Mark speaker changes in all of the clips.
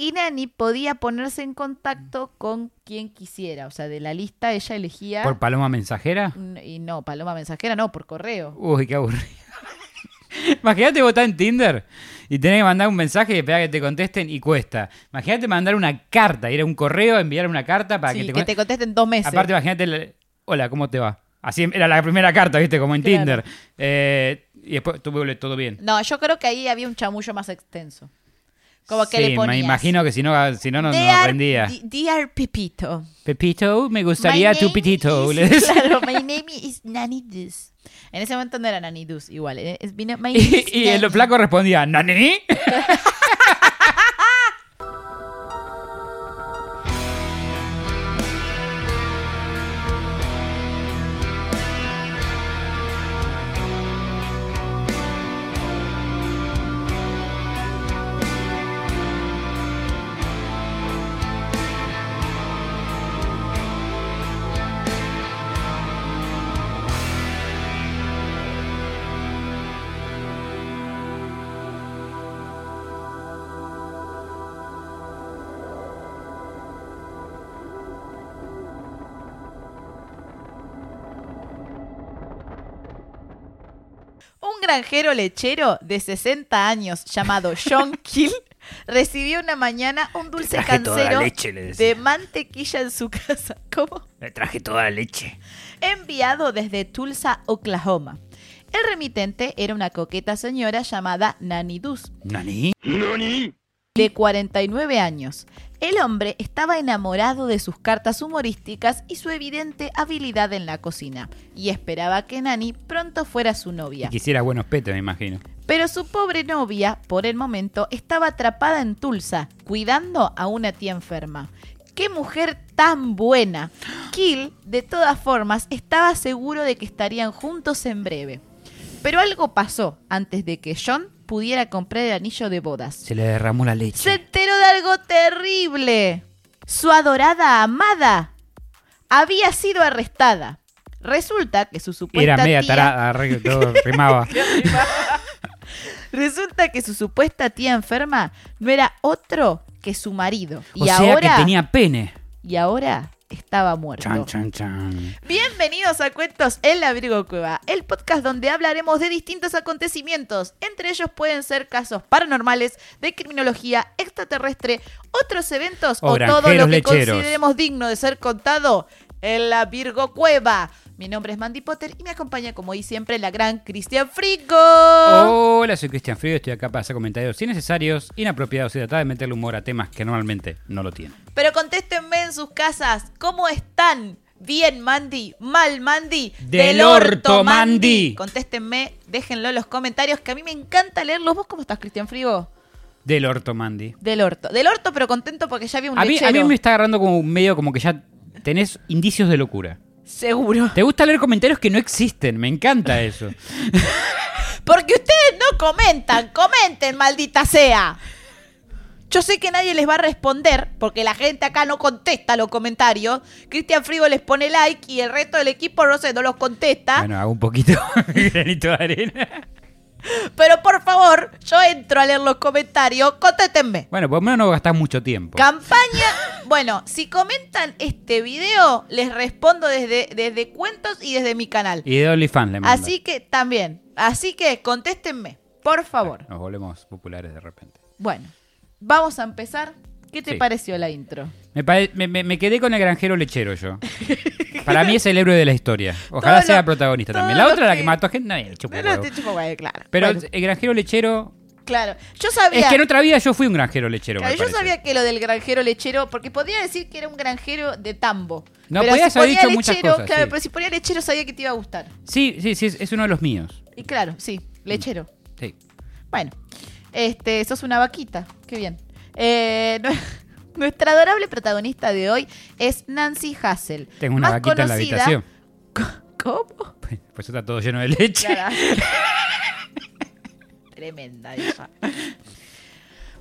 Speaker 1: Y Nani podía ponerse en
Speaker 2: Mm.
Speaker 1: contacto con quien quisiera. O sea, de la lista ella elegía.
Speaker 2: ¿Por paloma mensajera?
Speaker 1: N- Y no, paloma mensajera, no, por correo.
Speaker 2: Uy, qué aburrido. Imagínate votar en Tinder y tener que mandar un mensaje y esperar a que te contesten y cuesta. Imagínate mandar una carta, ir a un correo, enviar una carta para
Speaker 1: Sí,
Speaker 2: que te
Speaker 1: que
Speaker 2: contesten.
Speaker 1: te contesten dos meses.
Speaker 2: Aparte, imagínate, el- hola, ¿cómo te va? Así era la primera carta, ¿viste? Como en
Speaker 1: Claro.
Speaker 2: Tinder. Eh, y después tuve todo bien.
Speaker 1: No, yo creo que ahí había un chamullo más extenso. Como que
Speaker 2: Sí,
Speaker 1: le ponías.
Speaker 2: me imagino que si no, si no, no, no
Speaker 1: Dear-
Speaker 2: aprendía.
Speaker 1: di- Dear Pepito.
Speaker 2: Pepito, me gustaría
Speaker 1: My
Speaker 2: tu
Speaker 1: name
Speaker 2: pitito.
Speaker 1: is-
Speaker 2: le decía.
Speaker 1: Claro, my name is Nanny Dus. En ese momento no era Nanny Dus, igual. eh, es- vino- my name is
Speaker 2: Y, y el
Speaker 1: Nanny.
Speaker 2: flaco respondía, ¿Nanini?
Speaker 1: Un granjero lechero de 60 años llamado John Kill recibió una mañana un dulce
Speaker 2: traje toda la
Speaker 1: cansero
Speaker 2: leche, le decía.
Speaker 1: de mantequilla en su casa. ¿Cómo?
Speaker 2: Me traje toda la leche.
Speaker 1: enviado desde Tulsa, Oklahoma. El remitente era una coqueta señora llamada Nanny Dus,
Speaker 2: ¿Nani?
Speaker 1: de 49 años. El hombre estaba enamorado de sus cartas humorísticas y su evidente habilidad en la cocina, y esperaba que Nani pronto fuera su
Speaker 2: Y
Speaker 1: novia.
Speaker 2: quisiera buenos petes, me imagino.
Speaker 1: Pero su pobre novia, por el momento, estaba atrapada en Tulsa, cuidando a una tía enferma. ¡Qué mujer tan buena! Kill, de todas formas, estaba seguro de que estarían juntos en breve. Pero algo pasó antes de que John pudiera comprar el anillo de bodas.
Speaker 2: Se le derramó la leche.
Speaker 1: Se enteró de algo terrible. Su adorada amada había sido arrestada. Resulta que su supuesta
Speaker 2: Era media
Speaker 1: tía-
Speaker 2: tarada, re- todo rimaba.
Speaker 1: Resulta que su supuesta tía enferma no era otro que su marido. Y
Speaker 2: o sea
Speaker 1: ahora
Speaker 2: que tenía pene.
Speaker 1: y ahora estaba muerto.
Speaker 2: Chan, chan, chan.
Speaker 1: Bienvenidos a Cuentos en la Virgo Cueva, el podcast donde hablaremos de distintos acontecimientos. Entre ellos pueden ser casos paranormales, de criminología extraterrestre, otros eventos
Speaker 2: O
Speaker 1: o, todo lo
Speaker 2: granjeros
Speaker 1: que
Speaker 2: lecheros.
Speaker 1: consideremos digno de ser contado en la Virgo Cueva. Mi nombre es Mandy Potter y me acompaña, como hoy siempre, la gran Cristian Frico. Oh.
Speaker 2: Hola, soy Cristian Frío. Estoy acá para hacer comentarios innecesarios, inapropiados y tratar de meterle humor a temas que normalmente no lo tienen.
Speaker 1: Pero contéstenme en sus casas, ¿cómo están? Bien, Mandy. Mal, Mandy.
Speaker 2: Del orto, Mandy.
Speaker 1: Contéstenme, déjenlo en los comentarios, que a mí me encanta leerlos. ¿Vos cómo estás, Cristian Frigo?
Speaker 2: Del orto, Mandy.
Speaker 1: Del orto. Del orto, pero contento porque ya vi un
Speaker 2: A mí,
Speaker 1: lechero.
Speaker 2: a mí me está agarrando como un medio como que ya tenés indicios de locura.
Speaker 1: Seguro.
Speaker 2: Te gusta leer comentarios que no existen. Me encanta eso.
Speaker 1: Porque ustedes no comentan. Comenten, maldita sea. Yo sé que nadie les va a responder porque la gente acá no contesta los comentarios. Cristian Frigo les pone like y el resto del equipo no sé, no los contesta.
Speaker 2: Bueno, hago un poquito de granito de arena.
Speaker 1: Pero por favor, yo entro a leer los comentarios, contétenme.
Speaker 2: Bueno, por lo menos no gastás mucho tiempo.
Speaker 1: Campaña. Bueno, si comentan este video, les respondo desde, desde cuentos y desde mi canal.
Speaker 2: Y de OnlyFans le mando.
Speaker 1: Así que también. Así que contéstenme, por favor.
Speaker 2: Nos volvemos populares de repente.
Speaker 1: Bueno, vamos a empezar. ¿Qué te
Speaker 2: Sí.
Speaker 1: pareció la intro?
Speaker 2: Me, pare- me- me- me quedé con el granjero lechero yo. Para mí es el héroe de la historia. Ojalá
Speaker 1: Todo
Speaker 2: sea
Speaker 1: lo-
Speaker 2: el protagonista
Speaker 1: todo
Speaker 2: también. La
Speaker 1: lo
Speaker 2: otra, la
Speaker 1: que-
Speaker 2: que mató a gente, nadie le chupa
Speaker 1: No,
Speaker 2: un
Speaker 1: no,
Speaker 2: huevo.
Speaker 1: te chupo huevo, claro.
Speaker 2: Pero
Speaker 1: Bueno,
Speaker 2: el granjero lechero...
Speaker 1: claro. Yo sabía.
Speaker 2: Es que en otra vida yo fui un granjero lechero,
Speaker 1: claro,
Speaker 2: me
Speaker 1: yo
Speaker 2: parece.
Speaker 1: sabía que lo del granjero lechero, porque podía decir que era un granjero de tambo.
Speaker 2: No,
Speaker 1: pero
Speaker 2: podías
Speaker 1: si
Speaker 2: haber
Speaker 1: ponía
Speaker 2: dicho muchas
Speaker 1: lechero,
Speaker 2: cosas,
Speaker 1: Claro,
Speaker 2: sí.
Speaker 1: pero si ponía lechero sabía que te iba a gustar.
Speaker 2: Sí, sí, sí, es, es uno de los míos.
Speaker 1: Y claro, sí,
Speaker 2: Mm.
Speaker 1: lechero.
Speaker 2: Sí.
Speaker 1: Bueno, este, sos una vaquita, qué bien. Eh, nu- nuestra adorable protagonista de hoy es Nancy Hassel.
Speaker 2: Tengo una
Speaker 1: más
Speaker 2: vaquita en la
Speaker 1: conocida-
Speaker 2: habitación.
Speaker 1: ¿Cómo?
Speaker 2: Pues, pues está todo lleno de leche.
Speaker 1: Claro. Tremenda ella.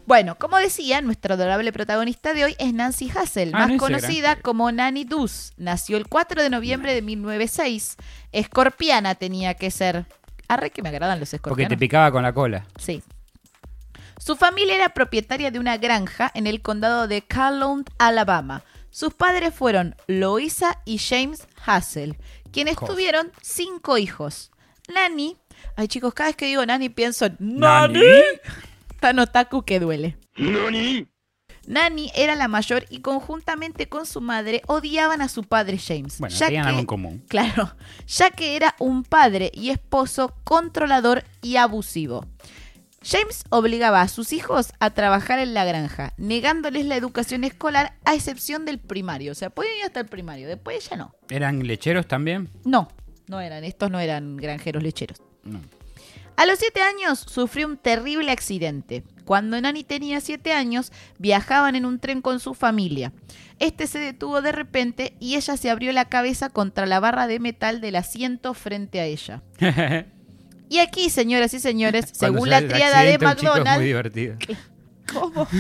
Speaker 1: Bueno, como decía, nuestra adorable protagonista de hoy es Nancy Hassel,
Speaker 2: Ah,
Speaker 1: más
Speaker 2: no es
Speaker 1: conocida como Nanny Dus. Nació el 4 de noviembre de 1906. Escorpiana tenía que ser. Arre que me agradan los
Speaker 2: Porque
Speaker 1: escorpianos.
Speaker 2: te picaba con la cola.
Speaker 1: Sí. Su familia era propietaria de una granja en el condado de Calhoun, Alabama. Sus padres fueron Louisa y James Hassel, quienes
Speaker 2: Cof.
Speaker 1: tuvieron cinco hijos. Nani, ay chicos, cada vez que digo Nani pienso en
Speaker 2: ¿Nani?
Speaker 1: Nani, tan otaku que duele. Nani era la mayor y conjuntamente con su madre odiaban a su padre James.
Speaker 2: Bueno,
Speaker 1: ya
Speaker 2: tenían algo
Speaker 1: que-
Speaker 2: en común.
Speaker 1: Claro, ya que era un padre y esposo controlador y abusivo. James obligaba a sus hijos a trabajar en la granja, negándoles la educación escolar a excepción del primario. O sea, podían ir hasta el primario, después ya no.
Speaker 2: ¿Eran lecheros también?
Speaker 1: No, no eran, estos no eran granjeros lecheros.
Speaker 2: No.
Speaker 1: A los siete años sufrió un terrible accidente. Cuando Nani tenía siete años, viajaban en un tren con su familia. Este se detuvo de repente y ella se abrió la cabeza contra la barra de metal del asiento frente a ella. Y aquí, señoras y señores,
Speaker 2: Cuando
Speaker 1: según
Speaker 2: se
Speaker 1: la
Speaker 2: hace el
Speaker 1: triada de
Speaker 2: accidente, un chico es muy
Speaker 1: McDonald's,
Speaker 2: divertido.
Speaker 1: ¿cómo?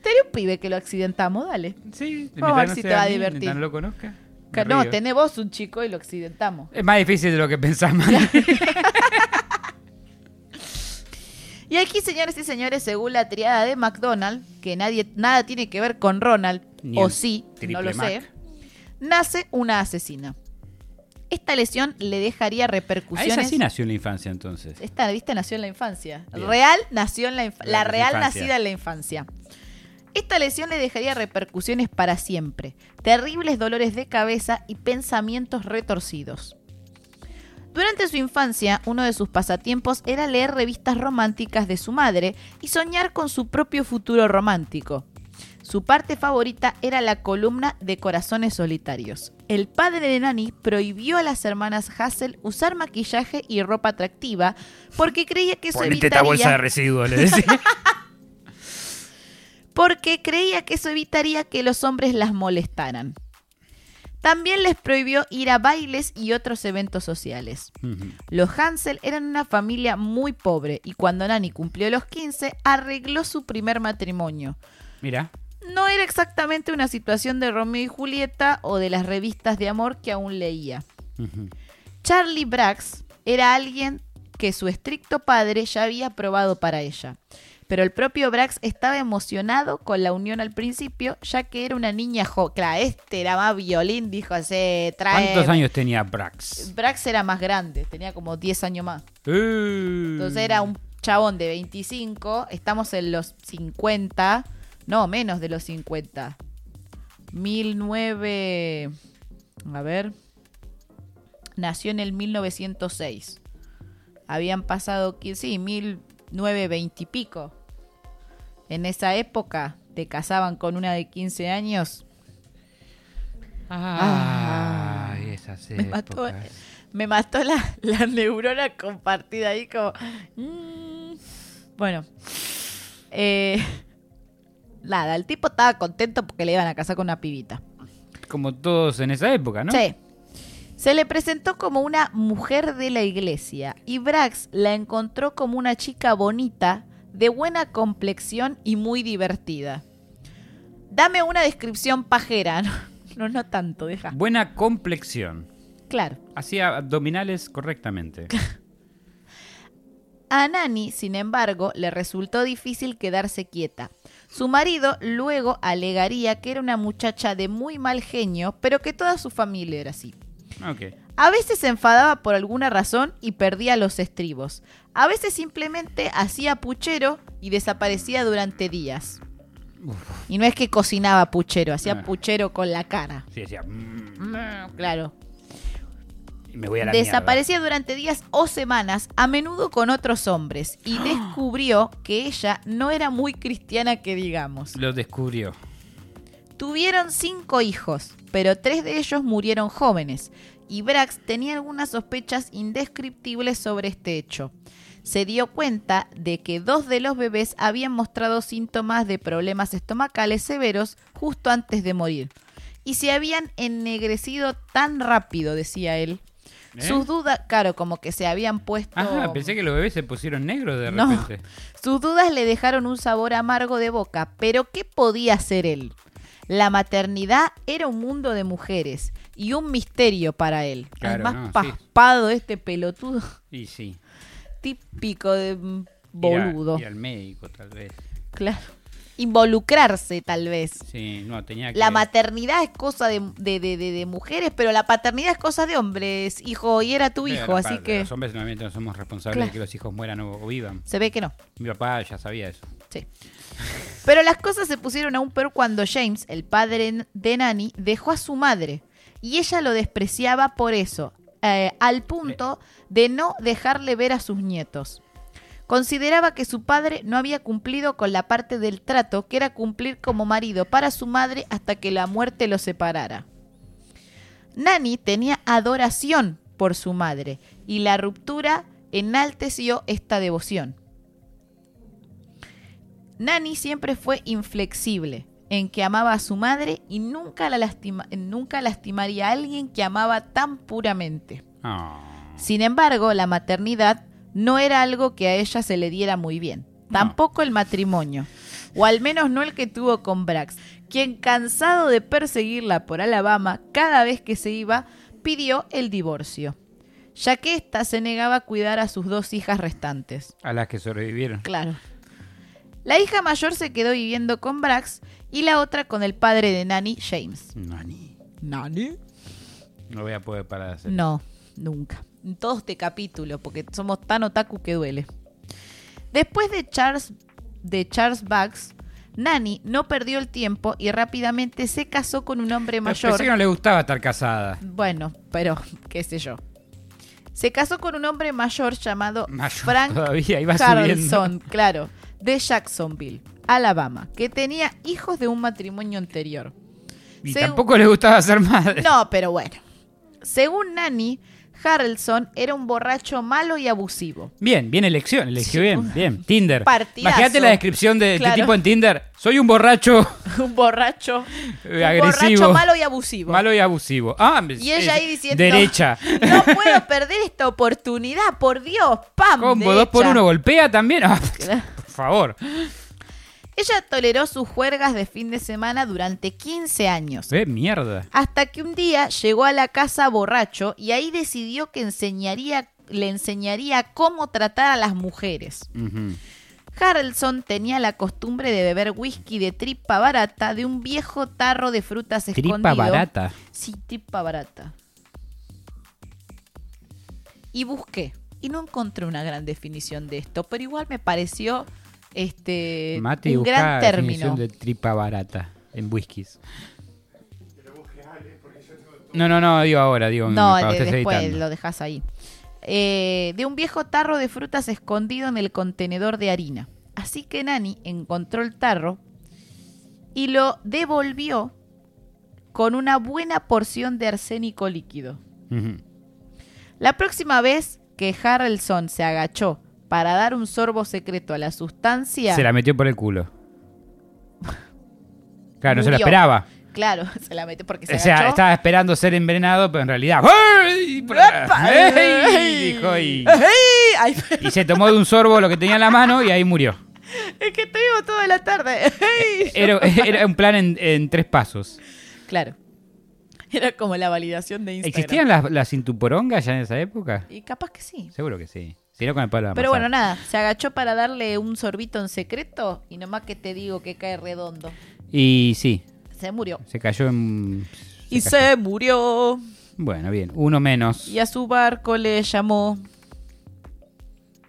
Speaker 1: Tenía un pibe que lo accidentamos, dale.
Speaker 2: Sí,
Speaker 1: Vamos a ver
Speaker 2: mientras no
Speaker 1: si te
Speaker 2: sea
Speaker 1: va a
Speaker 2: mí,
Speaker 1: divertir.
Speaker 2: mientras no lo conozca. me
Speaker 1: Que No,
Speaker 2: río.
Speaker 1: tenés vos un chico y lo accidentamos.
Speaker 2: Es más difícil de lo que pensamos.
Speaker 1: Y aquí, señores y señores, según la triada de McDonald, que nadie, nada tiene que ver con Ronald,
Speaker 2: Ni
Speaker 1: o
Speaker 2: el
Speaker 1: sí,
Speaker 2: triple
Speaker 1: no lo
Speaker 2: Mac.
Speaker 1: sé, nace una asesina. Esta lesión le dejaría
Speaker 2: A esa
Speaker 1: repercusiones.
Speaker 2: sí nació en la infancia entonces.
Speaker 1: Esta, viste, nació en la infancia.
Speaker 2: Bien.
Speaker 1: Real nació en la infancia. La
Speaker 2: La
Speaker 1: real
Speaker 2: infancia.
Speaker 1: nacida en la infancia. Esta lesión le dejaría repercusiones para siempre. Terribles dolores de cabeza y pensamientos retorcidos. Durante su infancia, uno de sus pasatiempos era leer revistas románticas de su madre y soñar con su propio futuro romántico. Su parte favorita era la columna de Corazones Solitarios. El padre de Nani prohibió a las hermanas Hassel usar maquillaje y ropa atractiva porque creía que eso evitaría
Speaker 2: residuos, le decía.
Speaker 1: porque creía que eso evitaría que los hombres las molestaran. También les prohibió ir a bailes y otros eventos sociales. Los Hansel eran una familia muy pobre y cuando Nani cumplió los 15 arregló su primer matrimonio.
Speaker 2: Mira,
Speaker 1: No era exactamente una situación de Romeo y Julieta o de las revistas de amor que aún leía.
Speaker 2: ujú,
Speaker 1: Charlie Brax era alguien que su estricto padre ya había aprobado para ella. Pero el propio Brax estaba emocionado con la unión al principio, ya que era una niña joven. Claro, este era más violín, dijo, se trae.
Speaker 2: ¿cuántos años tenía Brax?
Speaker 1: Brax era más grande, tenía como 10 años más. Eh, Entonces
Speaker 2: Entonces
Speaker 1: era un chabón de 25, estamos en los 50, no, menos de los 50. 19... A ver. Nació en el 1906. Habían pasado, qui- sí, 1920 y pico. En esa época te casaban con una de 15 años.
Speaker 2: Ay, esas
Speaker 1: Me mató, eh.
Speaker 2: épocas.
Speaker 1: me mató la, la neurona compartida ahí como... mm. Bueno. Eh, nada, el tipo estaba contento porque le iban a casar con una pibita.
Speaker 2: Como todos en esa época, ¿no?
Speaker 1: Sí. Se le presentó como una mujer de la iglesia y Brax la encontró como una chica bonita, de buena complexión y muy divertida. Dame una descripción pajera. No, no, no tanto, deja.
Speaker 2: Buena complexión.
Speaker 1: Claro.
Speaker 2: Hacía abdominales correctamente.
Speaker 1: A Nani, sin embargo, le resultó difícil quedarse quieta. Su marido luego alegaría que era una muchacha de muy mal genio, pero que toda su familia era así.
Speaker 2: Ok.
Speaker 1: A veces se enfadaba por alguna razón y perdía los estribos. A veces simplemente hacía puchero y desaparecía durante días. Y no es que cocinaba puchero, hacía
Speaker 2: Ah.
Speaker 1: puchero con la cara.
Speaker 2: Sí, decía. "Mm,
Speaker 1: Claro.
Speaker 2: y me voy a la
Speaker 1: Desaparecía durante días o semanas, a menudo con otros hombres, y descubrió que ella no era muy cristiana que digamos.
Speaker 2: mierda". Lo descubrió.
Speaker 1: Tuvieron cinco hijos, pero tres de ellos murieron jóvenes, y Brax tenía algunas sospechas indescriptibles sobre este hecho. Se dio cuenta de que dos de los bebés habían mostrado síntomas de problemas estomacales severos justo antes de morir, y se habían ennegrecido tan rápido, decía él.
Speaker 2: ¿Eh?
Speaker 1: Sus dudas, claro, como que se habían puesto...
Speaker 2: Ajá, Ah, pensé que los bebés se pusieron negros de
Speaker 1: No.
Speaker 2: repente.
Speaker 1: Sus dudas le dejaron un sabor amargo de boca, pero ¿qué podía hacer él? La maternidad era un mundo de mujeres y un misterio para él.
Speaker 2: Claro,
Speaker 1: Además,
Speaker 2: no, sí.
Speaker 1: paspado este pelotudo.
Speaker 2: Y sí.
Speaker 1: típico de mm, boludo.
Speaker 2: Ir, a- ir al médico, tal vez.
Speaker 1: Claro. Involucrarse, tal vez.
Speaker 2: Sí, no, tenía que.
Speaker 1: La maternidad es cosa de, de- de- de- de mujeres, pero la paternidad es cosa de hombres, hijo, y era tu
Speaker 2: Pero
Speaker 1: hijo,
Speaker 2: la-
Speaker 1: así
Speaker 2: para-
Speaker 1: que
Speaker 2: Los hombres normalmente no somos responsables
Speaker 1: Claro.
Speaker 2: de que los hijos mueran o, o vivan.
Speaker 1: se ve que no.
Speaker 2: Mi papá ya sabía eso.
Speaker 1: Sí. Pero las cosas se pusieron aún peor cuando James, el padre de Nani, dejó a su madre y ella lo despreciaba por eso, eh, al punto de no dejarle ver a sus nietos. Consideraba que su padre no había cumplido con la parte del trato que era cumplir como marido para su madre hasta que la muerte lo separara. Nani tenía adoración por su madre y la ruptura enalteció esta devoción. Nani siempre fue inflexible en que amaba a su madre y nunca, la lastima- nunca lastimaría a alguien que amaba tan puramente.
Speaker 2: Ah,
Speaker 1: Sin embargo, la maternidad no era algo que a ella se le diera muy bien. Tampoco el matrimonio. O al menos no el que tuvo con Brax, quien cansado de perseguirla por Alabama cada vez que se iba, pidió el divorcio, ya que ésta se negaba a cuidar a sus dos hijas restantes.
Speaker 2: a las que sobrevivieron.
Speaker 1: Claro. La hija mayor se quedó viviendo con Brax y la otra con el padre de Nanny, James.
Speaker 2: Nani.
Speaker 1: ¿Nanny?
Speaker 2: No voy a poder parar de hacer.
Speaker 1: No, nunca. En todo este capítulo, porque somos tan otaku que duele. Después de Charles, de Charles Bax, Nanny no perdió el tiempo y rápidamente se casó con un hombre mayor.
Speaker 2: Pensé que no le gustaba estar casada.
Speaker 1: Bueno, pero qué sé yo. Se casó con un hombre mayor llamado
Speaker 2: Mayor
Speaker 1: Frank
Speaker 2: todavía, iba
Speaker 1: Carlson, claro, de Jacksonville, Alabama, que tenía hijos de un matrimonio anterior.
Speaker 2: subiendo. Y
Speaker 1: Segu-
Speaker 2: tampoco le gustaba ser madre.
Speaker 1: No, pero bueno. Según Nanny, Harrelson era un borracho malo y abusivo.
Speaker 2: Bien, bien elección, eligió bien, bien. Tinder.
Speaker 1: Partidazo.
Speaker 2: Imagínate la descripción de este
Speaker 1: Claro.
Speaker 2: tipo en Tinder. Soy un borracho
Speaker 1: un borracho.
Speaker 2: eh,
Speaker 1: Un borracho
Speaker 2: agresivo,
Speaker 1: malo y abusivo.
Speaker 2: malo y abusivo. Ah,
Speaker 1: Y ella ahí diciendo. "Ah,
Speaker 2: Derecha.
Speaker 1: No puedo perder esta oportunidad, por Dios, pam.
Speaker 2: Combo, dos por
Speaker 1: derecha".
Speaker 2: uno, golpea también. Ah, por favor.
Speaker 1: Ella toleró sus juergas de fin de semana durante 15 años.
Speaker 2: Eh, mierda.
Speaker 1: Hasta que un día llegó a la casa borracho y ahí decidió que enseñaría, le enseñaría cómo tratar a las mujeres.
Speaker 2: Ujú.
Speaker 1: Harrelson tenía la costumbre de beber whisky de tripa barata de un viejo tarro de frutas
Speaker 2: Tripa
Speaker 1: escondido.
Speaker 2: barata.
Speaker 1: Sí, tripa barata. Y busqué. Y no encontré una gran definición de esto, pero igual me pareció este
Speaker 2: Mati
Speaker 1: un
Speaker 2: busca
Speaker 1: gran término.
Speaker 2: definición de tripa barata en whiskies. No, no, no, digo ahora, digo.
Speaker 1: No,
Speaker 2: cuando
Speaker 1: de-
Speaker 2: estés
Speaker 1: después
Speaker 2: editando.
Speaker 1: lo dejas ahí. Eh, de un viejo tarro de frutas escondido en el contenedor de harina. Así que Nani encontró el tarro y lo devolvió con una buena porción de arsénico líquido.
Speaker 2: Ujú.
Speaker 1: La próxima vez que Harrelson se agachó para dar un sorbo secreto a la sustancia,
Speaker 2: Se la metió por el culo. Claro, no se lo
Speaker 1: Murió.
Speaker 2: esperaba.
Speaker 1: claro, se la metió porque se
Speaker 2: o sea,
Speaker 1: agachó.
Speaker 2: estaba esperando ser envenenado, pero en realidad. ¡Ay!
Speaker 1: ¡Epa!
Speaker 2: ¡Ey! Dijo y,
Speaker 1: ¡Ey! Ay,
Speaker 2: y se tomó de un sorbo lo que tenía en la mano y ahí murió.
Speaker 1: es que estuvimos toda la tarde. ¡Ey!
Speaker 2: Era, era un plan en, en tres pasos.
Speaker 1: Claro. Era como la validación de Instagram.
Speaker 2: ¿Existían las, las intuporongas ya en esa época?
Speaker 1: Y capaz que sí.
Speaker 2: Seguro que sí. Si no, con el palo de amasar.
Speaker 1: Pero bueno, nada, se agachó para darle un sorbito en secreto y nomás que te digo que cae redondo.
Speaker 2: Y sí,
Speaker 1: Se murió.
Speaker 2: se cayó en. se
Speaker 1: Y
Speaker 2: cayó.
Speaker 1: se murió.
Speaker 2: Bueno, bien, uno menos.
Speaker 1: Y a su barco le llamó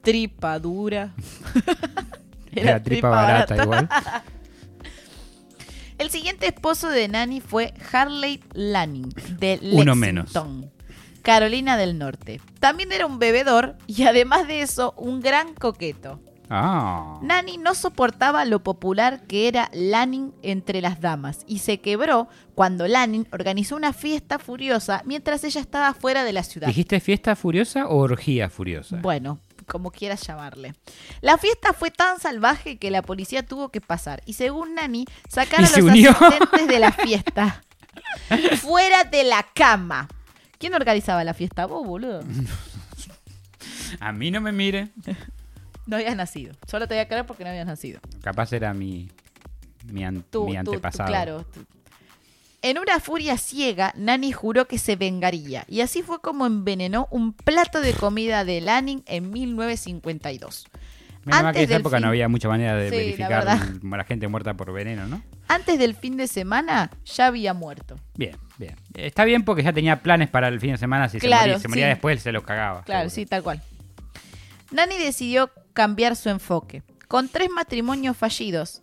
Speaker 1: Tripa Dura.
Speaker 2: Era, tripa barata, igual.
Speaker 1: El siguiente esposo de Nani fue Harley Lanning, de
Speaker 2: Uno menos.
Speaker 1: Lexington, Carolina del Norte. También era un bebedor y además de eso, un gran coqueto.
Speaker 2: Ah.
Speaker 1: Nani no soportaba lo popular que era Lanning entre las damas y se quebró cuando Lanning organizó una fiesta furiosa mientras ella estaba fuera de la ciudad.
Speaker 2: ¿Dijiste fiesta furiosa o orgía furiosa?
Speaker 1: Bueno, como quieras llamarle. La fiesta fue tan salvaje que la policía tuvo que pasar y según Nani sacaron
Speaker 2: Y
Speaker 1: a los
Speaker 2: se unió.
Speaker 1: asistentes de la fiesta fuera de la cama. ¿Quién organizaba la fiesta? Vos, boludo.
Speaker 2: A mí no me mire.
Speaker 1: No habías nacido. Solo te voy a creer porque no habías nacido.
Speaker 2: Capaz era mi, mi, an-
Speaker 1: Tú,
Speaker 2: mi
Speaker 1: tú, tú,
Speaker 2: antepasado.
Speaker 1: claro. tú. En una furia ciega, Nani juró que se vengaría y así fue como envenenó un plato de comida de Lanning en 1952.
Speaker 2: Menos mal
Speaker 1: Antes
Speaker 2: que en esa
Speaker 1: del
Speaker 2: época
Speaker 1: fin-
Speaker 2: no había mucha manera de
Speaker 1: Sí, la
Speaker 2: verificar
Speaker 1: verdad.
Speaker 2: mm, como la gente muerta por veneno, ¿no?
Speaker 1: Antes del fin de semana ya había muerto.
Speaker 2: Bien, bien. Está bien porque ya tenía planes para el fin de semana. Si
Speaker 1: Claro,
Speaker 2: se moría, se moría
Speaker 1: sí.
Speaker 2: después, se los cagaba.
Speaker 1: Claro, sí,
Speaker 2: seguro.
Speaker 1: tal cual. Nani decidió cambiar su enfoque. Con tres matrimonios fallidos,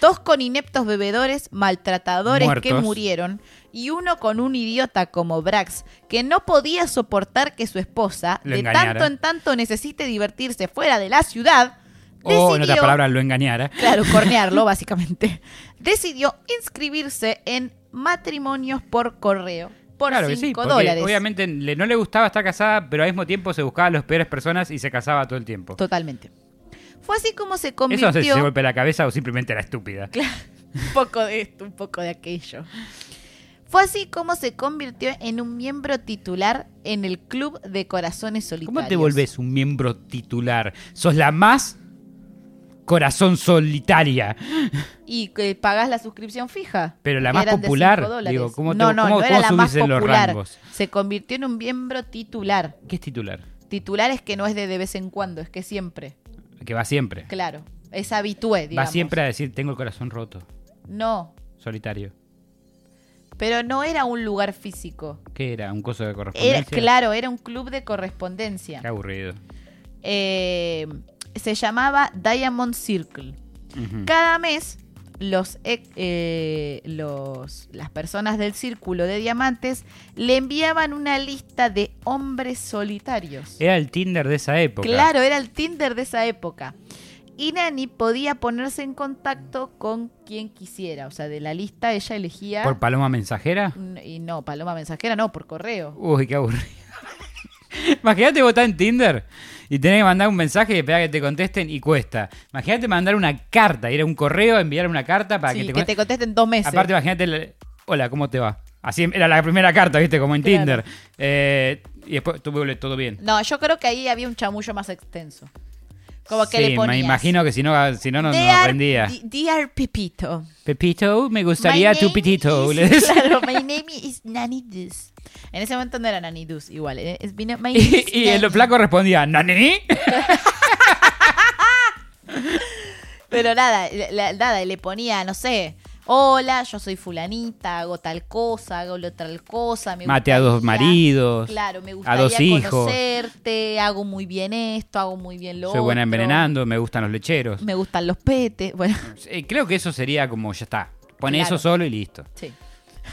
Speaker 1: dos con ineptos bebedores, maltratadores que
Speaker 2: Muertos.
Speaker 1: murieron, y uno con un idiota como Brax, que no podía soportar que su esposa,
Speaker 2: Lo
Speaker 1: de
Speaker 2: engañara.
Speaker 1: tanto en tanto necesite divertirse fuera de la ciudad,
Speaker 2: O, Oh, en otras
Speaker 1: decidió-
Speaker 2: palabras, lo engañara.
Speaker 1: Claro, cornearlo, básicamente. Decidió inscribirse en matrimonios por correo por
Speaker 2: claro que sí.
Speaker 1: 5
Speaker 2: porque
Speaker 1: dólares.
Speaker 2: Obviamente le- no le gustaba estar casada, pero al mismo tiempo se buscaba a las peores personas y se casaba todo el tiempo.
Speaker 1: Totalmente. Fue así como se
Speaker 2: Eso
Speaker 1: convirtió.
Speaker 2: no sé si se golpea la cabeza o simplemente era estúpida.
Speaker 1: un poco de esto, un poco de aquello. Fue así como se convirtió en un miembro titular en el Club de Corazones Solitarios.
Speaker 2: ¿Cómo te volvés un miembro titular? Sos la más corazón solitaria,
Speaker 1: Y que pagás la suscripción fija.
Speaker 2: pero la
Speaker 1: que
Speaker 2: más
Speaker 1: eran de
Speaker 2: popular.
Speaker 1: cinco dólares.
Speaker 2: Digo, ¿cómo, te-
Speaker 1: no, no,
Speaker 2: cómo-
Speaker 1: no
Speaker 2: cómo
Speaker 1: era la más
Speaker 2: subís en los
Speaker 1: popular.
Speaker 2: rangos?
Speaker 1: Se convirtió en un miembro titular.
Speaker 2: ¿Qué es titular?
Speaker 1: Titular es que no es de de vez en cuando, es que siempre.
Speaker 2: Que va siempre.
Speaker 1: Claro. Es habitué, digamos.
Speaker 2: Va siempre a decir, tengo el corazón roto,
Speaker 1: No.
Speaker 2: solitario.
Speaker 1: Pero no era un lugar físico.
Speaker 2: ¿Qué era? ¿Un coso de correspondencia?
Speaker 1: Era, claro, era un club de correspondencia.
Speaker 2: Qué aburrido.
Speaker 1: Eh, se llamaba Diamond Circle.
Speaker 2: Mm. Ujú.
Speaker 1: Cada mes, los, ex- eh, los- las personas del círculo de diamantes le enviaban una lista de hombres solitarios.
Speaker 2: Era el Tinder de esa época.
Speaker 1: Claro, era el Tinder de esa época. Y Nani podía ponerse en contacto con quien quisiera. O sea, de la lista ella elegía.
Speaker 2: ¿Por Paloma Mensajera?
Speaker 1: N- y no, Paloma Mensajera, no, por correo.
Speaker 2: Uy, qué aburrido. Imagínate votar en Tinder y tener que mandar un mensaje y esperar a que te contesten y cuesta. Imagínate mandar una carta, ir a un correo, enviar una carta para
Speaker 1: Sí,
Speaker 2: que te
Speaker 1: que
Speaker 2: contesten.
Speaker 1: te contesten dos meses.
Speaker 2: Aparte, imagínate, el- hola, ¿cómo te va? Así era la primera carta, ¿viste? Como en
Speaker 1: Claro.
Speaker 2: Tinder. Eh, y después tuve todo bien.
Speaker 1: No, yo creo que ahí había un chamullo más extenso. Como que
Speaker 2: Sí,
Speaker 1: le ponías.
Speaker 2: me imagino que si no, si no, no, no
Speaker 1: Dear-
Speaker 2: aprendía.
Speaker 1: di- Dear Pepito.
Speaker 2: Pepito, me gustaría
Speaker 1: My
Speaker 2: tu
Speaker 1: name
Speaker 2: pitito.
Speaker 1: is-
Speaker 2: le decía.
Speaker 1: Claro, my name is Nanidus. En ese momento no era Nanidus, igual. eh, it's been- my name is
Speaker 2: Y, y el
Speaker 1: Nani.
Speaker 2: flaco respondía, ¿Nanini?
Speaker 1: Pero nada, la- la- nada, le ponía, no sé. Hola, yo soy fulanita, hago tal cosa, hago lo tal cosa. Me
Speaker 2: Mate a dos
Speaker 1: gustaría-
Speaker 2: maridos,
Speaker 1: Claro, me
Speaker 2: a
Speaker 1: gustaría
Speaker 2: dos hijos.
Speaker 1: conocerte, hago muy bien esto, hago muy bien lo
Speaker 2: Soy buena
Speaker 1: otro,
Speaker 2: envenenando, me gustan los lecheros.
Speaker 1: Me gustan los petes, bueno.
Speaker 2: Eh, Creo que eso sería como, ya está. Pone
Speaker 1: Claro.
Speaker 2: eso solo y listo.
Speaker 1: Sí.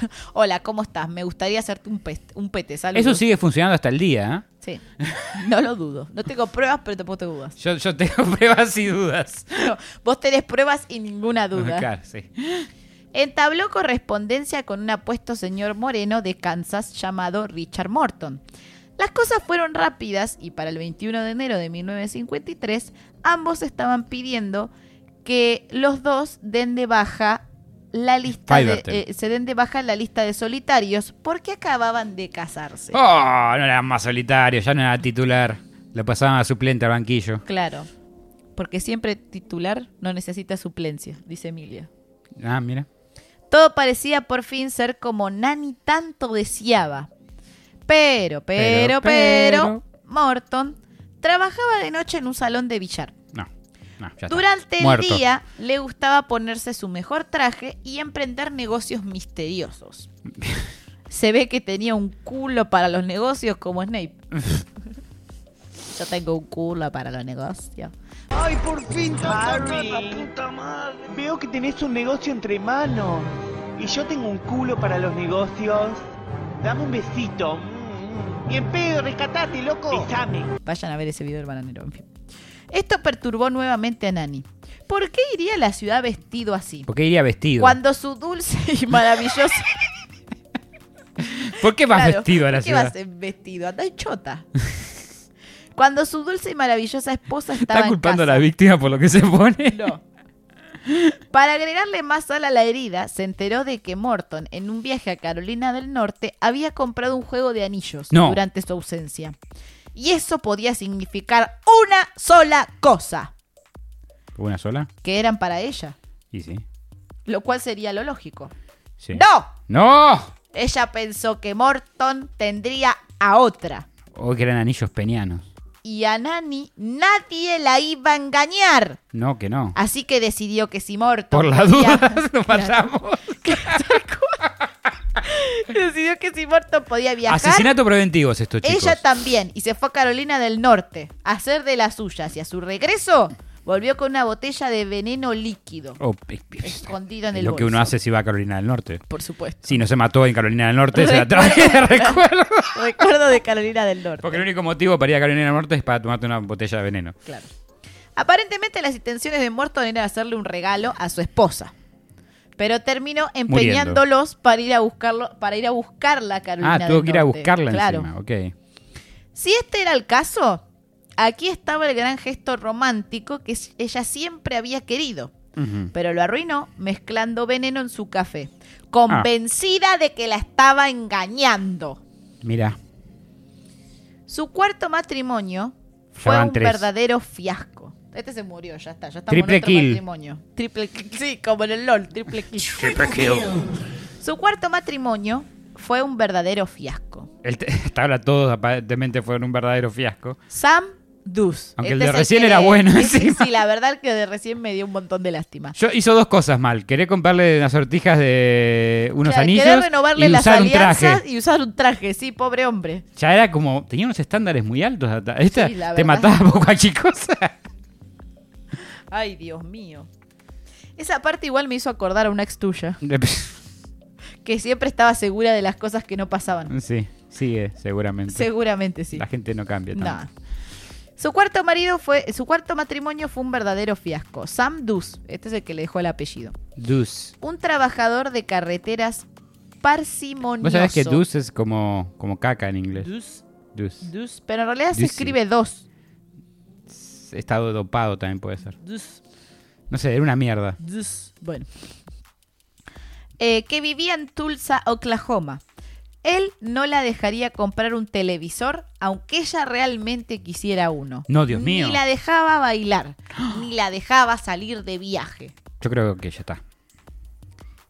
Speaker 1: Hola, ¿cómo estás? Me gustaría hacerte un, pest- un pete, saludos.
Speaker 2: Eso sigue funcionando hasta el día. ¿eh?
Speaker 1: Sí. No lo dudo. No tengo pruebas, pero tampoco tengo dudas.
Speaker 2: Yo, yo tengo pruebas y dudas.
Speaker 1: No, vos tenés pruebas y ninguna duda.
Speaker 2: Claro, sí.
Speaker 1: Entabló correspondencia con un apuesto señor moreno de Kansas llamado Richard Morton. Las cosas fueron rápidas y para el 21 de enero de 1953 ambos estaban pidiendo que los dos den de baja la lista de-
Speaker 2: Fivertel.
Speaker 1: eh, se den de baja la lista de solitarios porque acababan de casarse.
Speaker 2: Oh, no era más solitario, ya no era titular. Lo pasaban a suplente al banquillo.
Speaker 1: Claro. Porque siempre titular no necesita suplencia, dice Emilia.
Speaker 2: Ah, mira.
Speaker 1: Todo parecía por fin ser como Nani tanto deseaba. Pero, pero, pero,
Speaker 2: Pero, pero.
Speaker 1: Morton trabajaba de noche en un salón de billar.
Speaker 2: No, no, ya está.
Speaker 1: Durante
Speaker 2: Muerto.
Speaker 1: el día le gustaba ponerse su mejor traje y emprender negocios misteriosos. Se ve que tenía un culo para los negocios como Snape. Yo tengo un culo para los negocios.
Speaker 3: Ay, por fin, ta, ta, ta, la puta madre. Veo que tenés un negocio entre manos. Y yo tengo un culo para los negocios. Dame un besito. Mm, mm. Bien pedo, rescatate, loco. Besame.
Speaker 1: Vayan a ver ese video del bananero, en fin. Esto perturbó nuevamente a Nani. ¿Por qué iría a la ciudad vestido así?
Speaker 2: ¿Por qué iría vestido?
Speaker 1: Cuando su dulce y maravilloso.
Speaker 2: ¿Por qué vas
Speaker 1: Claro,
Speaker 2: vestido a la
Speaker 1: ¿Qué vas
Speaker 2: ciudad?
Speaker 1: en vestido? Anda en chota. Cuando su dulce y maravillosa esposa estaba.
Speaker 2: Está
Speaker 1: en
Speaker 2: culpando a
Speaker 1: casa.
Speaker 2: la víctima por lo que se pone.
Speaker 1: No. Para agregarle más sal a la herida, se enteró de que Morton, en un viaje a Carolina del Norte, había comprado un juego de anillos
Speaker 2: No.
Speaker 1: durante su ausencia. Y eso podía significar una sola cosa,
Speaker 2: ¿Una sola?
Speaker 1: que eran para ella,
Speaker 2: Y sí.
Speaker 1: lo cual sería lo lógico.
Speaker 2: Sí.
Speaker 1: ¡No!
Speaker 2: ¡No!
Speaker 1: Ella pensó que Morton tendría a otra.
Speaker 2: Oh, que eran anillos peñanos.
Speaker 1: Y a Nani nadie la iba a engañar.
Speaker 2: No, que no.
Speaker 1: Así que decidió que si Morton.
Speaker 2: Por las
Speaker 1: podía-
Speaker 2: dudas lo matamos.
Speaker 1: decidió que si Morton podía viajar.
Speaker 2: Asesinato preventivo es esto, chicos.
Speaker 1: Ella también, y se fue a Carolina del Norte a hacer de las suyas. Y a su regreso, volvió con una botella de veneno líquido.
Speaker 2: Oh, p- p-
Speaker 1: Escondido en
Speaker 2: es
Speaker 1: el
Speaker 2: Lo que uno
Speaker 1: bolso.
Speaker 2: hace si va a Carolina del Norte.
Speaker 1: Por supuesto.
Speaker 2: Si no se mató en Carolina del Norte, se la traje de recuerdo.
Speaker 1: Recuerdo de Carolina del Norte.
Speaker 2: Porque el único motivo para ir a Carolina del Norte es para tomarte una botella de veneno.
Speaker 1: Claro. Aparentemente las intenciones de Morton eran hacerle un regalo a su esposa. Pero terminó empeñándolos para ir a buscarlo, para ir a buscarla a Carolina.
Speaker 2: Ah,
Speaker 1: del
Speaker 2: tuvo que ir a
Speaker 1: Norte.
Speaker 2: buscarla
Speaker 1: Claro.
Speaker 2: encima. Ok.
Speaker 1: Si este era el caso, aquí estaba el gran gesto romántico que s- ella siempre había querido.
Speaker 2: Ujú.
Speaker 1: Pero lo arruinó mezclando veneno en su café,
Speaker 2: Ah.
Speaker 1: convencida de que la estaba engañando.
Speaker 2: Mira,
Speaker 1: Su cuarto matrimonio
Speaker 2: Ya
Speaker 1: fue
Speaker 2: van
Speaker 1: un
Speaker 2: tres.
Speaker 1: verdadero fiasco. Este se murió, ya está, ya estamos
Speaker 2: Triple
Speaker 1: en otro
Speaker 2: kill.
Speaker 1: matrimonio. Triple kill, sí, como en el LOL, triple kill. Su cuarto matrimonio fue un verdadero fiasco.
Speaker 2: el te- hasta ahora todos aparentemente fueron un verdadero fiasco.
Speaker 1: Sam Dus. Este
Speaker 2: Aunque el de recién era bueno
Speaker 1: Sí,
Speaker 2: encima.
Speaker 1: sí, la verdad el que de recién me dio un montón de lástima.
Speaker 2: Yo hizo dos cosas mal. Quería comprarle unas sortijas de unos
Speaker 1: Claro, querer
Speaker 2: anillos
Speaker 1: renovarle
Speaker 2: y
Speaker 1: las
Speaker 2: usar un
Speaker 1: alianzas
Speaker 2: traje.
Speaker 1: y usar un traje, sí, pobre hombre.
Speaker 2: Ya era como, tenía unos estándares muy altos. hasta- Esta
Speaker 1: Sí, la
Speaker 2: te
Speaker 1: verdad.
Speaker 2: mataba poco a chicos.
Speaker 1: Ay, Dios mío. Esa parte igual me hizo acordar a una ex tuya, que siempre estaba segura de las cosas que no pasaban.
Speaker 2: sí, sigue seguramente.
Speaker 1: Seguramente sí.
Speaker 2: La gente no cambia
Speaker 1: Nah.
Speaker 2: tanto.
Speaker 1: Su cuarto marido fue, su cuarto matrimonio fue un verdadero fiasco. Sam Dus, este es el que le dejó el apellido.
Speaker 2: Dus.
Speaker 1: Un trabajador de carreteras parsimonioso.
Speaker 2: Vos sabés que dus es como, como caca en inglés.
Speaker 1: Dus,
Speaker 2: Dus.
Speaker 1: dus, pero en realidad se
Speaker 2: Dus, sí.
Speaker 1: escribe dos.
Speaker 2: Estado dopado también puede ser.
Speaker 1: Dus,
Speaker 2: No sé, era una mierda.
Speaker 1: dus. Bueno. Eh, que vivía en Tulsa, Oklahoma. Él no la dejaría comprar un televisor, aunque ella realmente quisiera uno.
Speaker 2: No, Dios mío.
Speaker 1: Ni la dejaba bailar, ni la dejaba salir de viaje.
Speaker 2: Yo creo que ya está.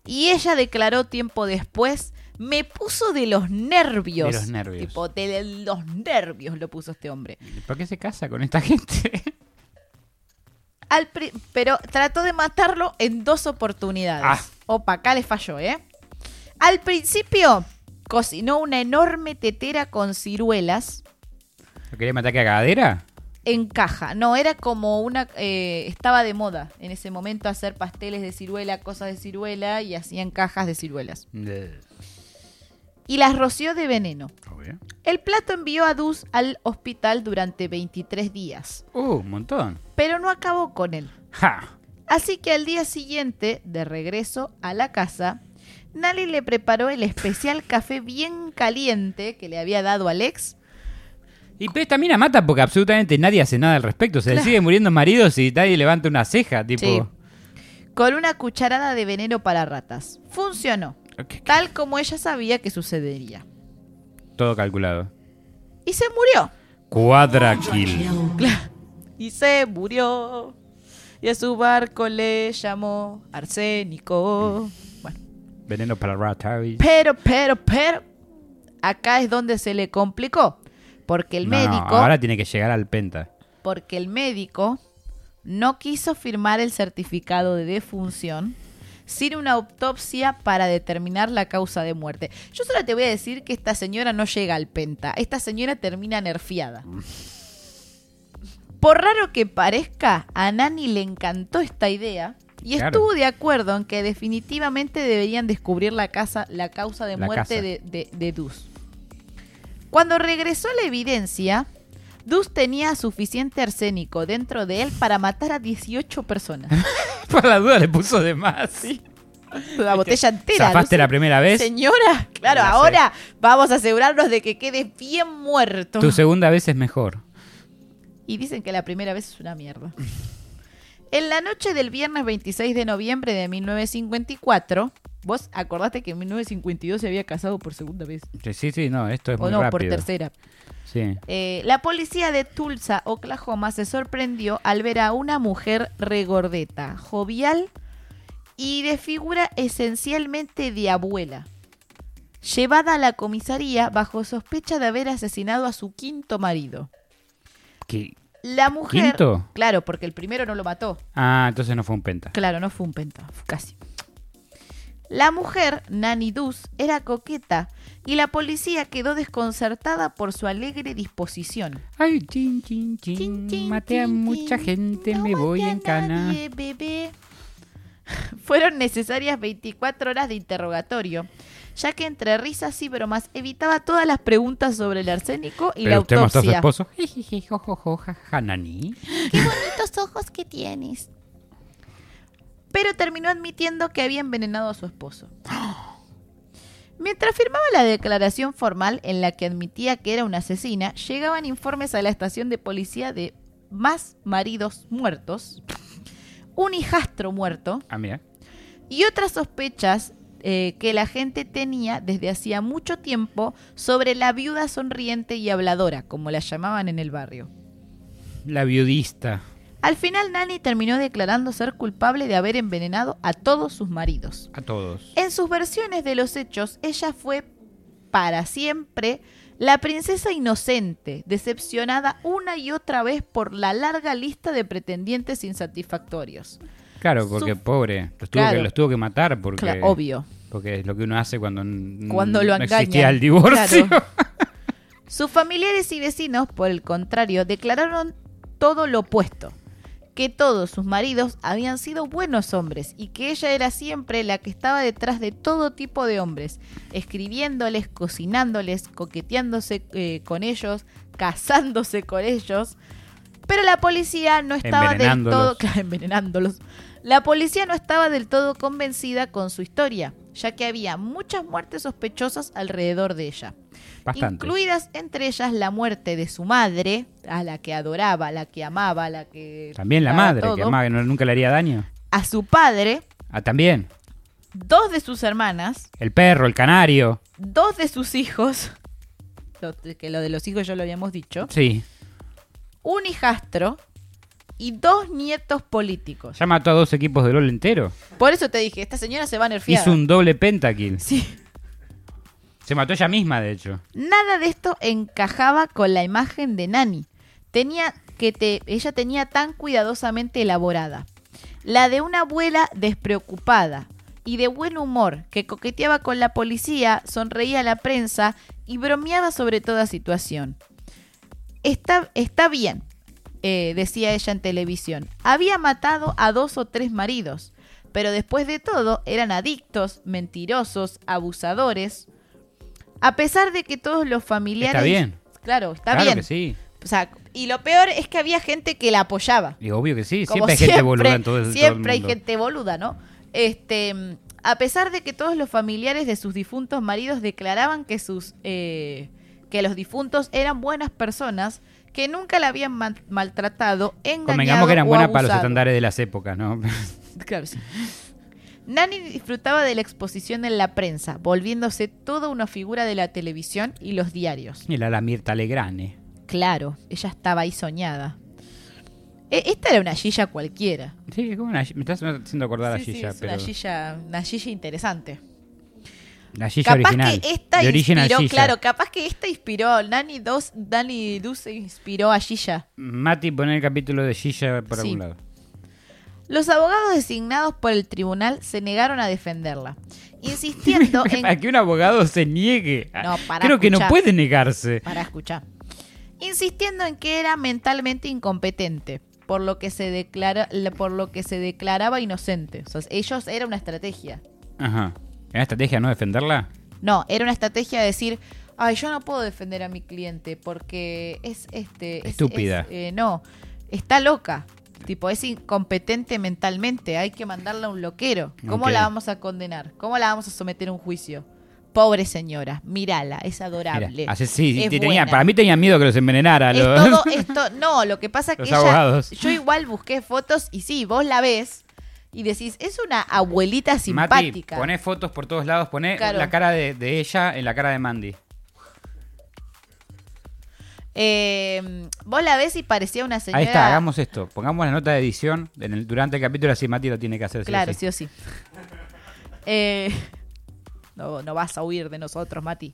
Speaker 1: Y ella declaró tiempo después, me puso de los nervios.
Speaker 2: De los nervios.
Speaker 1: Tipo, de los nervios lo puso este hombre.
Speaker 2: ¿Por qué se casa con esta gente?
Speaker 1: Al pri- pero trató de matarlo en dos oportunidades.
Speaker 2: Ah.
Speaker 1: Opa, acá le falló, ¿eh? Al principio cocinó una enorme tetera con ciruelas
Speaker 2: ¿Lo quería matar cagadera?
Speaker 1: en caja. No, era como una... eh, estaba de moda en ese momento hacer pasteles de ciruela, cosas de ciruela y hacían cajas de ciruelas. Y las roció de veneno. El plato envió a Dus al hospital durante 23 días,
Speaker 2: Uh, un montón.
Speaker 1: pero no acabó con él.
Speaker 2: Ja.
Speaker 1: Así que al día siguiente, de regreso a la casa, Nali le preparó el especial café bien caliente que le había dado Alex.
Speaker 2: Y pero esta mina mata porque absolutamente nadie hace nada al respecto. Se le sigue muriendo maridos y nadie levanta una ceja, tipo.
Speaker 1: Con una cucharada de veneno para ratas. Funcionó,
Speaker 2: Ok.
Speaker 1: tal como ella sabía que sucedería.
Speaker 2: Todo calculado.
Speaker 1: Y se murió.
Speaker 2: Cuadra kill.
Speaker 1: Y se murió. Y a su barco le llamó arsénico. Bueno.
Speaker 2: Veneno para ratas.
Speaker 1: Pero, pero, pero, acá es donde se le complicó. Porque el
Speaker 2: No, no,
Speaker 1: médico,
Speaker 2: ahora tiene que llegar al penta.
Speaker 1: porque el médico no quiso firmar el certificado de defunción sin una autopsia para determinar la causa de muerte. Yo solo te voy a decir que esta señora no llega al penta. Esta señora termina nerfiada. Por raro que parezca, a Nani le encantó esta idea y
Speaker 2: Claro.
Speaker 1: estuvo de acuerdo en que definitivamente deberían descubrir la, casa, la causa de
Speaker 2: La
Speaker 1: muerte
Speaker 2: casa.
Speaker 1: de, de- de Dus. Cuando regresó la evidencia, Dus tenía suficiente arsénico dentro de él para matar a 18 personas.
Speaker 2: Por la duda le puso de más.
Speaker 1: La botella entera.
Speaker 2: Zafaste
Speaker 1: ¿no?
Speaker 2: la primera vez.
Speaker 1: Señora, claro,
Speaker 2: Ya sé.
Speaker 1: ahora vamos a asegurarnos de que quede bien muerto.
Speaker 2: Tu segunda vez es mejor.
Speaker 1: Y dicen que la primera vez es una mierda. En la noche del viernes 26 de noviembre de 1954, vos acordaste que en 1952 se había casado por segunda vez.
Speaker 2: Sí, Sí, sí, no, esto es
Speaker 1: O
Speaker 2: muy
Speaker 1: no, por
Speaker 2: rápido.
Speaker 1: tercera.
Speaker 2: Sí.
Speaker 1: Eh, la policía de Tulsa, Oklahoma, se sorprendió al ver a una mujer regordeta, jovial y de figura esencialmente de abuela. Llevada a la comisaría bajo sospecha de haber asesinado a su quinto marido.
Speaker 2: ¿Qué?
Speaker 1: La mujer.
Speaker 2: ¿Quinto?
Speaker 1: Claro, porque el primero no lo mató.
Speaker 2: Ah, entonces no fue un penta.
Speaker 1: Claro, no fue un penta, fue casi. La mujer, Nani Dus, era coqueta y la policía quedó desconcertada por su alegre disposición.
Speaker 2: Ay, chin, chin, chin.
Speaker 1: Chin, chin,
Speaker 2: maté a
Speaker 1: chin,
Speaker 2: mucha
Speaker 1: chin.
Speaker 2: gente,
Speaker 1: No
Speaker 2: me voy
Speaker 1: maté a
Speaker 2: en cana.
Speaker 1: nadie, bebé. Fueron necesarias 24 horas de interrogatorio, ya que entre risas y bromas evitaba todas las preguntas sobre el arsénico y la
Speaker 2: Pero usted mató a su
Speaker 1: autopsia.
Speaker 2: esposo. Jijiji, jo, jo, jo, ja, ja, nani.
Speaker 1: ¡Qué bonitos ojos que tienes! Pero terminó admitiendo que había envenenado a su esposo. Mientras firmaba la declaración formal en la que admitía que era una asesina, llegaban informes a la estación de policía de más maridos muertos, un hijastro muerto
Speaker 2: Ah, mira.
Speaker 1: y otras sospechas eh, que la gente tenía desde hacía mucho tiempo sobre la viuda sonriente y habladora, como la llamaban en el barrio.
Speaker 2: La viudista.
Speaker 1: Al final Nani terminó declarando ser culpable de haber envenenado a todos sus maridos.
Speaker 2: A todos.
Speaker 1: En sus versiones de los hechos, ella fue para siempre la princesa inocente, decepcionada una y otra vez por la larga lista de pretendientes insatisfactorios.
Speaker 2: Claro, porque
Speaker 1: Su-
Speaker 2: pobre. Los tuvo,
Speaker 1: Claro.
Speaker 2: que, los tuvo que matar porque.
Speaker 1: Cla- obvio.
Speaker 2: Porque es lo que uno hace cuando, n-
Speaker 1: Cuando lo
Speaker 2: no Mm, existía
Speaker 1: engañan.
Speaker 2: el divorcio.
Speaker 1: Claro. Sus familiares y vecinos, por el contrario, declararon todo lo opuesto, que todos sus maridos habían sido buenos hombres y que ella era siempre la que estaba detrás de todo tipo de hombres, escribiéndoles, cocinándoles, coqueteándose eh, con ellos, casándose con ellos. Pero la policía no estaba del todo
Speaker 2: Envenenándolos.
Speaker 1: claro, envenenándolos. La policía no estaba del todo convencida con su historia, ya que había muchas muertes sospechosas alrededor de ella.
Speaker 2: Bastante.
Speaker 1: Incluidas entre ellas la muerte de su madre, a la que adoraba, a la que amaba, a la que...
Speaker 2: También la
Speaker 1: daba
Speaker 2: madre, que
Speaker 1: todo,
Speaker 2: amaba que no- nunca le haría daño.
Speaker 1: A su padre,
Speaker 2: Ah, también.
Speaker 1: dos de sus hermanas,
Speaker 2: El perro, el canario.
Speaker 1: dos de sus hijos, lo- que lo de los hijos ya lo habíamos dicho,
Speaker 2: Sí.
Speaker 1: un hijastro y dos nietos políticos.
Speaker 2: Ya mató a dos equipos de LOL entero.
Speaker 1: Por eso te dije, esta señora se va a nerfear.
Speaker 2: Hizo un doble pentakill.
Speaker 1: Sí.
Speaker 2: Se mató ella misma, de hecho.
Speaker 1: Nada de esto encajaba con la imagen de Nani. Tenía que te, ella tenía tan cuidadosamente elaborada. La de una abuela despreocupada y de buen humor, que coqueteaba con la policía, sonreía a la prensa y bromeaba sobre toda situación. Está, está bien, eh, decía ella en televisión. Había matado a dos o tres maridos, pero después de todo eran adictos, mentirosos, abusadores. A pesar de que todos los familiares...
Speaker 2: Está bien.
Speaker 1: Claro, está
Speaker 2: claro
Speaker 1: bien.
Speaker 2: que sí.
Speaker 1: O sea, y lo peor es que había gente que la apoyaba.
Speaker 2: Y obvio que sí.
Speaker 1: Como
Speaker 2: Siempre hay gente boluda en todo, en todo el
Speaker 1: siempre hay
Speaker 2: mundo.
Speaker 1: gente boluda, ¿no? Este, mm, a pesar de que todos los familiares de sus difuntos maridos declaraban que sus eh, que los difuntos eran buenas personas, que nunca la habían ma- maltratado, engañado
Speaker 2: Convengamos que eran
Speaker 1: o
Speaker 2: buenas para los
Speaker 1: abusado.
Speaker 2: estándares de las épocas, ¿no?
Speaker 1: Claro, sí. Nani disfrutaba de la exposición en la prensa, volviéndose toda una figura de la televisión y los diarios.
Speaker 2: Y la, la Mirta Legrane.
Speaker 1: Claro, ella estaba ahí soñada. E- Esta era una Gilla cualquiera.
Speaker 2: Sí, es como una, me estás haciendo acordar
Speaker 1: Sí,
Speaker 2: a
Speaker 1: sí,
Speaker 2: Gilla,
Speaker 1: es
Speaker 2: pero
Speaker 1: una Gilla, una Gilla interesante.
Speaker 2: la Gilla
Speaker 1: capaz
Speaker 2: original.
Speaker 1: que esta
Speaker 2: de original
Speaker 1: inspiró,
Speaker 2: Gilla.
Speaker 1: claro, capaz que esta inspiró, Nani dos, Nani Duce inspiró a Gilla.
Speaker 2: Mati, poner el capítulo de Gilla por
Speaker 1: Sí.
Speaker 2: algún lado.
Speaker 1: Los abogados designados por el tribunal se negaron a defenderla, insistiendo
Speaker 2: A
Speaker 1: en
Speaker 2: que un abogado se niegue.
Speaker 1: No, pará,
Speaker 2: Creo que no
Speaker 1: escuchá.
Speaker 2: puede negarse.
Speaker 1: para escuchar, insistiendo en que era mentalmente incompetente, por lo que se declara, por lo que se declaraba inocente. O sea, ellos era una estrategia.
Speaker 2: Ajá. ¿Era estrategia no defenderla?
Speaker 1: No, era una estrategia de decir, ay, yo no puedo defender a mi cliente porque es este. es-
Speaker 2: Estúpida.
Speaker 1: es, eh, no, está loca. Tipo, es incompetente mentalmente. Hay que mandarla a un loquero. ¿Cómo
Speaker 2: Ok.
Speaker 1: la vamos a condenar? ¿Cómo la vamos a someter a un juicio? Pobre señora, mírala, es adorable.
Speaker 2: Mira, hace- sí,
Speaker 1: es
Speaker 2: te- tenía-
Speaker 1: buena.
Speaker 2: para mí tenía miedo que los envenenara.
Speaker 1: Es
Speaker 2: los-
Speaker 1: todo esto. No, lo que pasa es que
Speaker 2: Los
Speaker 1: ella-
Speaker 2: abogados.
Speaker 1: yo igual busqué fotos y sí, vos la ves y decís, es una abuelita
Speaker 2: Mati,
Speaker 1: simpática.
Speaker 2: poné fotos por todos lados, poné
Speaker 1: Claro.
Speaker 2: la cara de, de ella en la cara de Mandy.
Speaker 1: Eh, vos la ves y parecía una señora.
Speaker 2: Ahí está, hagamos esto. Pongamos la nota de edición en el- durante el capítulo, así Mati lo tiene que hacer. sí o
Speaker 1: Claro,
Speaker 2: sí.
Speaker 1: sí o sí. Eh, no, no vas a huir de nosotros, Mati.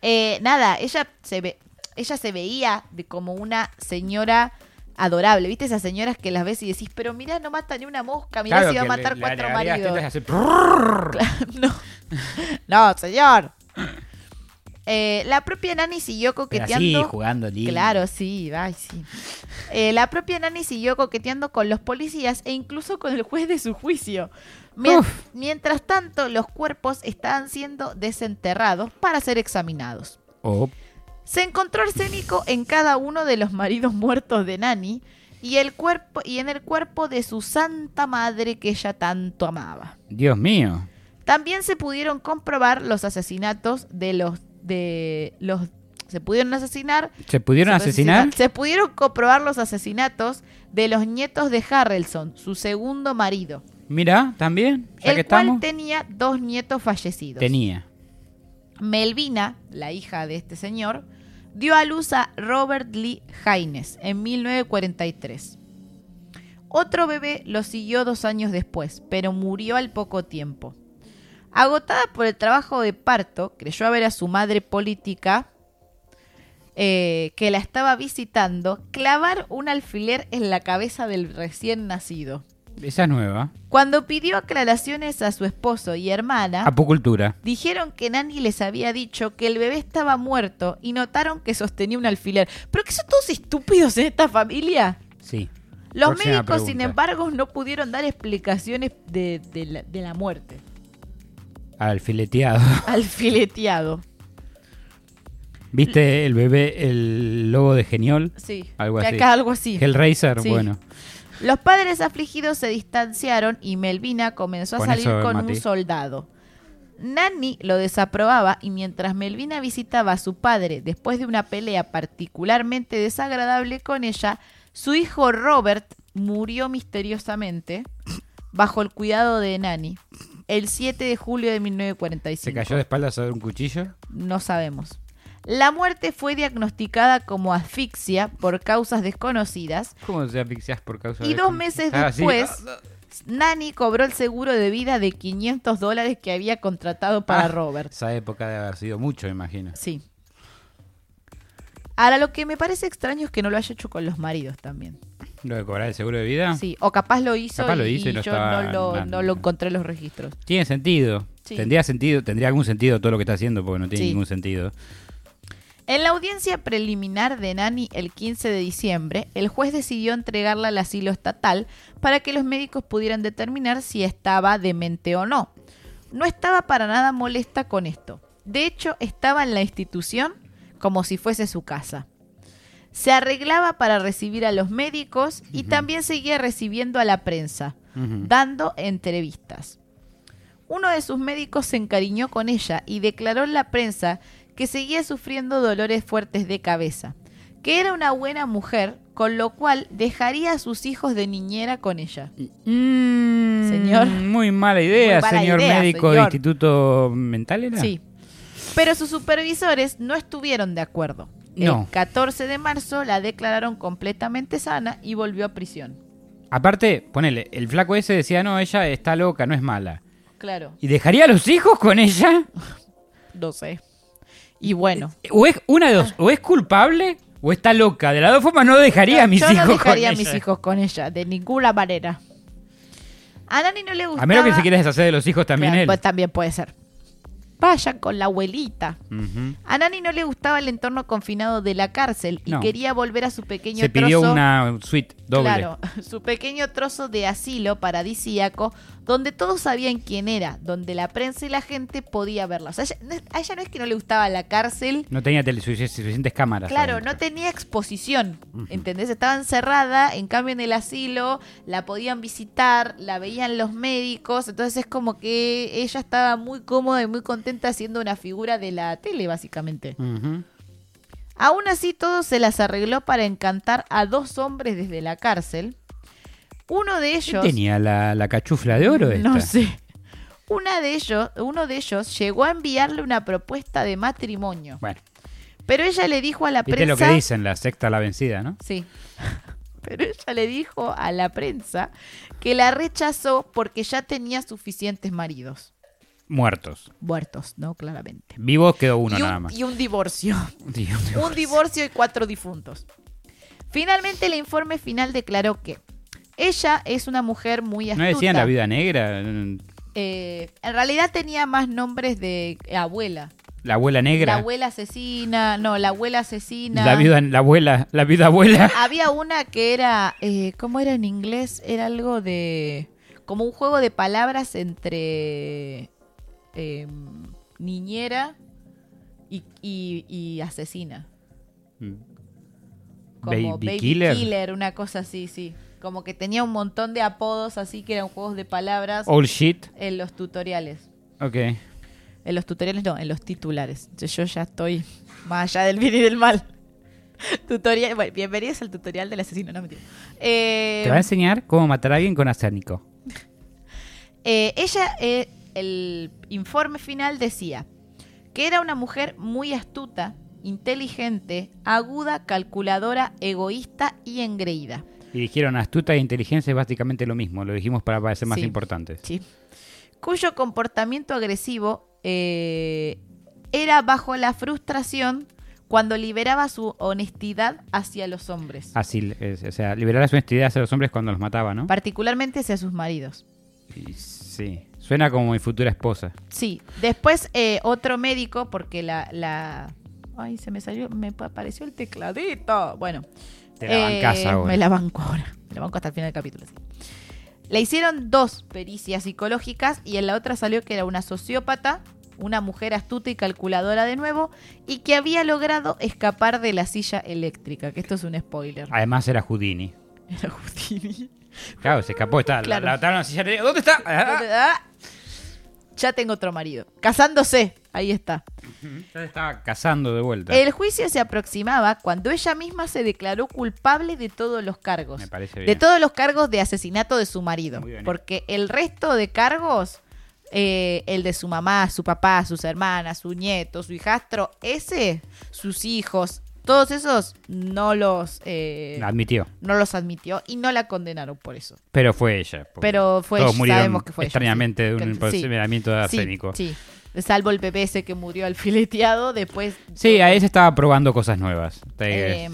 Speaker 1: Eh, nada, ella se ve, ella se veía de como una señora adorable. ¿Viste esas señoras que las ves y decís, pero mirá, no mata ni una mosca, mirá
Speaker 2: Claro
Speaker 1: si va a
Speaker 2: que le-
Speaker 1: matar
Speaker 2: le
Speaker 1: cuatro
Speaker 2: alargaría las
Speaker 1: maridos?
Speaker 2: tetas y hace prrrr.
Speaker 1: no. no, señor. Eh, la propia Nani siguió
Speaker 2: Pero
Speaker 1: coqueteando.
Speaker 2: así, jugando lindo.
Speaker 1: Claro, sí, ay, sí. Eh, la propia Nani siguió coqueteando con los policías e incluso con el juez de su juicio. Mien-
Speaker 2: Uf.
Speaker 1: mientras tanto, los cuerpos estaban siendo desenterrados para ser examinados.
Speaker 2: Oh,
Speaker 1: Se encontró arsénico en cada uno de los maridos muertos de Nani y, el cuerpo, y en el cuerpo de su santa madre que ella tanto amaba.
Speaker 2: Dios mío.
Speaker 1: También se pudieron comprobar los asesinatos de los de los se pudieron asesinar
Speaker 2: ¿Se pudieron
Speaker 1: se puede
Speaker 2: asesinar?
Speaker 1: Se pudieron comprobar los asesinatos de los nietos de Harrelson, su segundo marido,
Speaker 2: Mira, también, ya
Speaker 1: el
Speaker 2: que
Speaker 1: cual
Speaker 2: estamos.
Speaker 1: tenía dos nietos fallecidos.
Speaker 2: Tenía.
Speaker 1: Melvina, la hija de este señor, dio a luz a Robert Lee Haines en 1943. Otro bebé lo siguió dos años después, pero murió al poco tiempo. Agotada por el trabajo de parto, creyó haber a su madre política eh, que la estaba visitando clavar un alfiler en la cabeza del recién nacido.
Speaker 2: Esa es nueva.
Speaker 1: Cuando pidió aclaraciones a su esposo y hermana,
Speaker 2: ¿Ah? Apocultura.
Speaker 1: Dijeron que Nani les había dicho que el bebé estaba muerto y notaron que sostenía un alfiler. ¿Pero qué son todos estúpidos en esta familia?
Speaker 2: Sí.
Speaker 1: Los
Speaker 2: Próxima
Speaker 1: médicos,
Speaker 2: pregunta.
Speaker 1: sin embargo, no pudieron dar explicaciones de, de la, de la muerte.
Speaker 2: Alfileteado.
Speaker 1: Alfileteado.
Speaker 2: ¿Viste el bebé, el lobo de Geniol?
Speaker 1: Sí.
Speaker 2: Algo
Speaker 1: de
Speaker 2: así.
Speaker 1: acá algo así.
Speaker 2: Hellraiser,
Speaker 1: Sí.
Speaker 2: bueno.
Speaker 1: Los padres afligidos se distanciaron y Melvina comenzó a
Speaker 2: Con
Speaker 1: salir
Speaker 2: eso,
Speaker 1: con
Speaker 2: Mati.
Speaker 1: un soldado. Nani lo desaprobaba y mientras Melvina visitaba a su padre después de una pelea particularmente desagradable con ella, su hijo Robert murió misteriosamente bajo el cuidado de Nani el 7 de julio de 1945.
Speaker 2: Se cayó de espaldas sobre un cuchillo.
Speaker 1: No sabemos. La muerte fue diagnosticada como asfixia por causas desconocidas
Speaker 2: ¿Cómo se asfixias por causa de
Speaker 1: y dos
Speaker 2: esto?
Speaker 1: meses
Speaker 2: Ah, sí.
Speaker 1: después, Nani cobró el seguro de vida de 500 dólares que había contratado para
Speaker 2: Ah.
Speaker 1: Robert.
Speaker 2: Esa época debe haber sido mucho, me imagino.
Speaker 1: Sí. Ahora, lo que me parece extraño es que no lo haya hecho con los maridos también.
Speaker 2: Lo de cobrar el seguro de vida.
Speaker 1: Sí, o capaz lo hizo
Speaker 2: Ah. Capaz
Speaker 1: y,
Speaker 2: lo hizo y
Speaker 1: y
Speaker 2: no
Speaker 1: yo
Speaker 2: estaba-
Speaker 1: no lo,
Speaker 2: no,
Speaker 1: no
Speaker 2: no.
Speaker 1: lo encontré en los registros.
Speaker 2: Tiene sentido.
Speaker 1: Sí.
Speaker 2: Tendría sentido, tendría algún sentido todo lo que está haciendo porque no tiene
Speaker 1: Sí.
Speaker 2: ningún sentido.
Speaker 1: En la audiencia preliminar de Nani el 15 de diciembre, el juez decidió entregarla al asilo estatal para que los médicos pudieran determinar si estaba demente o no. No estaba para nada molesta con esto. De hecho, estaba en la institución como si fuese su casa. Se arreglaba para recibir a los médicos y también seguía recibiendo a la prensa,
Speaker 2: Ujú.
Speaker 1: dando entrevistas. Uno de sus médicos se encariñó con ella y declaró en la prensa que seguía sufriendo dolores fuertes de cabeza, que era una buena mujer, con lo cual dejaría a sus hijos de niñera con ella.
Speaker 2: Mm,
Speaker 1: Señor.
Speaker 2: Muy mala idea,
Speaker 1: Muy mala
Speaker 2: señor
Speaker 1: idea,
Speaker 2: médico de
Speaker 1: señor.
Speaker 2: Instituto Mental, ¿era?
Speaker 1: Sí. Pero sus supervisores no estuvieron de acuerdo.
Speaker 2: No.
Speaker 1: El 14 de marzo la declararon completamente sana y volvió a prisión.
Speaker 2: Aparte, ponele, el flaco ese decía, no, ella está loca, no es mala.
Speaker 1: Claro,
Speaker 2: ¿Y dejaría a los hijos con ella?
Speaker 1: no sé. Y bueno.
Speaker 2: O es una de dos, o es culpable o está loca. De las dos formas no dejaría a mis
Speaker 1: yo
Speaker 2: hijos
Speaker 1: no dejaría a
Speaker 2: con
Speaker 1: mis
Speaker 2: ella.
Speaker 1: hijos con ella, de ninguna manera. A Nani no le gustaba...
Speaker 2: A menos que se quiera deshacer de los hijos también
Speaker 1: Claro,
Speaker 2: él.
Speaker 1: pues también puede ser. Vayan con la abuelita.
Speaker 2: Ujú.
Speaker 1: A Nani no le gustaba el entorno confinado de la cárcel y
Speaker 2: No.
Speaker 1: quería volver a su pequeño
Speaker 2: Se pidió
Speaker 1: trozo.
Speaker 2: una suite doble.
Speaker 1: Claro, su pequeño trozo de asilo paradisíaco donde todos sabían quién era, donde la prensa y la gente podía verla. O sea, ella- no- a ella no es que no le gustaba la cárcel.
Speaker 2: No tenía tele- sufici- suficientes cámaras.
Speaker 1: Claro,
Speaker 2: adentro.
Speaker 1: no tenía exposición, ¿entendés? Estaba encerrada, en cambio en el asilo la podían visitar, la veían los médicos, entonces es como que ella estaba muy cómoda y muy contenta siendo una figura de la tele, básicamente.
Speaker 2: Ujú.
Speaker 1: Aún así, todo se las arregló para encantar a dos hombres desde la cárcel. Uno de
Speaker 2: ¿Qué
Speaker 1: ellos...
Speaker 2: tenía la, la cachufla de oro esta?
Speaker 1: No sé. Una de ellos, uno de ellos llegó a enviarle una propuesta de matrimonio.
Speaker 2: Bueno,
Speaker 1: Pero ella le dijo a la
Speaker 2: Viste lo
Speaker 1: prensa.
Speaker 2: que dicen, la sexta la vencida, ¿no?
Speaker 1: Sí. Pero ella le dijo a la prensa que la rechazó porque ya tenía suficientes maridos.
Speaker 2: Muertos.
Speaker 1: Muertos, ¿no? Claramente.
Speaker 2: Vivos quedó uno
Speaker 1: y, un,
Speaker 2: nada más.
Speaker 1: y un divorcio.
Speaker 2: Dios mío.
Speaker 1: Un divorcio y cuatro difuntos. Finalmente, el informe final declaró que ella es una mujer muy
Speaker 2: ¿No
Speaker 1: astuta.
Speaker 2: decían la vida negra?
Speaker 1: Eh, en realidad tenía más nombres de eh, abuela.
Speaker 2: La abuela negra.
Speaker 1: La abuela asesina, no, la abuela asesina.
Speaker 2: La viuda, la abuela, la viuda abuela.
Speaker 1: Había una que era, eh, ¿cómo era en inglés? Era algo de, como un juego de palabras entre eh, niñera y, y- y asesina. Como
Speaker 2: Baby killer.
Speaker 1: una cosa así, sí. Como que tenía un montón de apodos así que eran juegos de palabras
Speaker 2: All shit.
Speaker 1: en los tutoriales.
Speaker 2: Ok.
Speaker 1: Eh, En los tutoriales no, en los titulares. Yo- Yo ya estoy más allá del bien y del mal. Tutorial, bueno, bienvenidos al tutorial del asesino, no mentira. Eh,
Speaker 2: Te va a enseñar cómo matar a alguien con arsénico.
Speaker 1: eh, ella, eh, el informe final decía que era una mujer muy astuta, inteligente, aguda, calculadora, egoísta y engreída.
Speaker 2: Y dijeron astuta e inteligencia es básicamente lo mismo. Lo dijimos para parecer más
Speaker 1: Sí.
Speaker 2: importantes.
Speaker 1: Sí. Cuyo comportamiento agresivo eh, era bajo la frustración cuando liberaba su honestidad hacia los hombres,
Speaker 2: Así, es, o sea, liberar a su honestidad hacia los hombres cuando los mataba, ¿no?
Speaker 1: particularmente hacia sus maridos.
Speaker 2: Y sí. Suena como mi futura esposa.
Speaker 1: Sí, después eh, otro médico, porque la, la... Ay, se me salió, me apareció el tecladito. Bueno. eh,
Speaker 2: Te la bancás ahora.
Speaker 1: Me la banco ahora. Me la banco hasta el final del capítulo. sí. Le hicieron dos pericias psicológicas y en la otra salió que era una sociópata, una mujer astuta y calculadora de nuevo, y que había logrado escapar de la silla eléctrica, que esto es un spoiler.
Speaker 2: Además era Houdini.
Speaker 1: Era Houdini.
Speaker 2: Claro, se escapó. Está, la-
Speaker 1: Claro.
Speaker 2: la ataron a la silla de- ¿Dónde está? Ah,
Speaker 1: Ah, Ya tengo otro marido. Casándose. Ahí está.
Speaker 2: ya se estaba cazando de vuelta.
Speaker 1: El juicio se aproximaba cuando ella misma se declaró culpable de todos los cargos.
Speaker 2: Me parece
Speaker 1: De
Speaker 2: bien.
Speaker 1: todos los cargos de asesinato de su marido.
Speaker 2: Muy bien.
Speaker 1: Porque el resto de cargos, eh, el de su mamá, su papá, sus hermanas, su nieto, su hijastro, ese, sus hijos, todos esos no los, eh,
Speaker 2: La Admitió.
Speaker 1: no los admitió y no la condenaron por eso.
Speaker 2: Pero fue ella. porque
Speaker 1: Pero fue
Speaker 2: todos
Speaker 1: ella,
Speaker 2: murieron
Speaker 1: sabemos que fue ella,
Speaker 2: extrañamente
Speaker 1: sí.
Speaker 2: de un
Speaker 1: Que- sí.
Speaker 2: procedimiento de arsénico. Sí,
Speaker 1: Sí, sí. Salvo el bebé ese que murió al fileteado, después...
Speaker 2: a ella estaba probando cosas nuevas. Te-
Speaker 1: eh,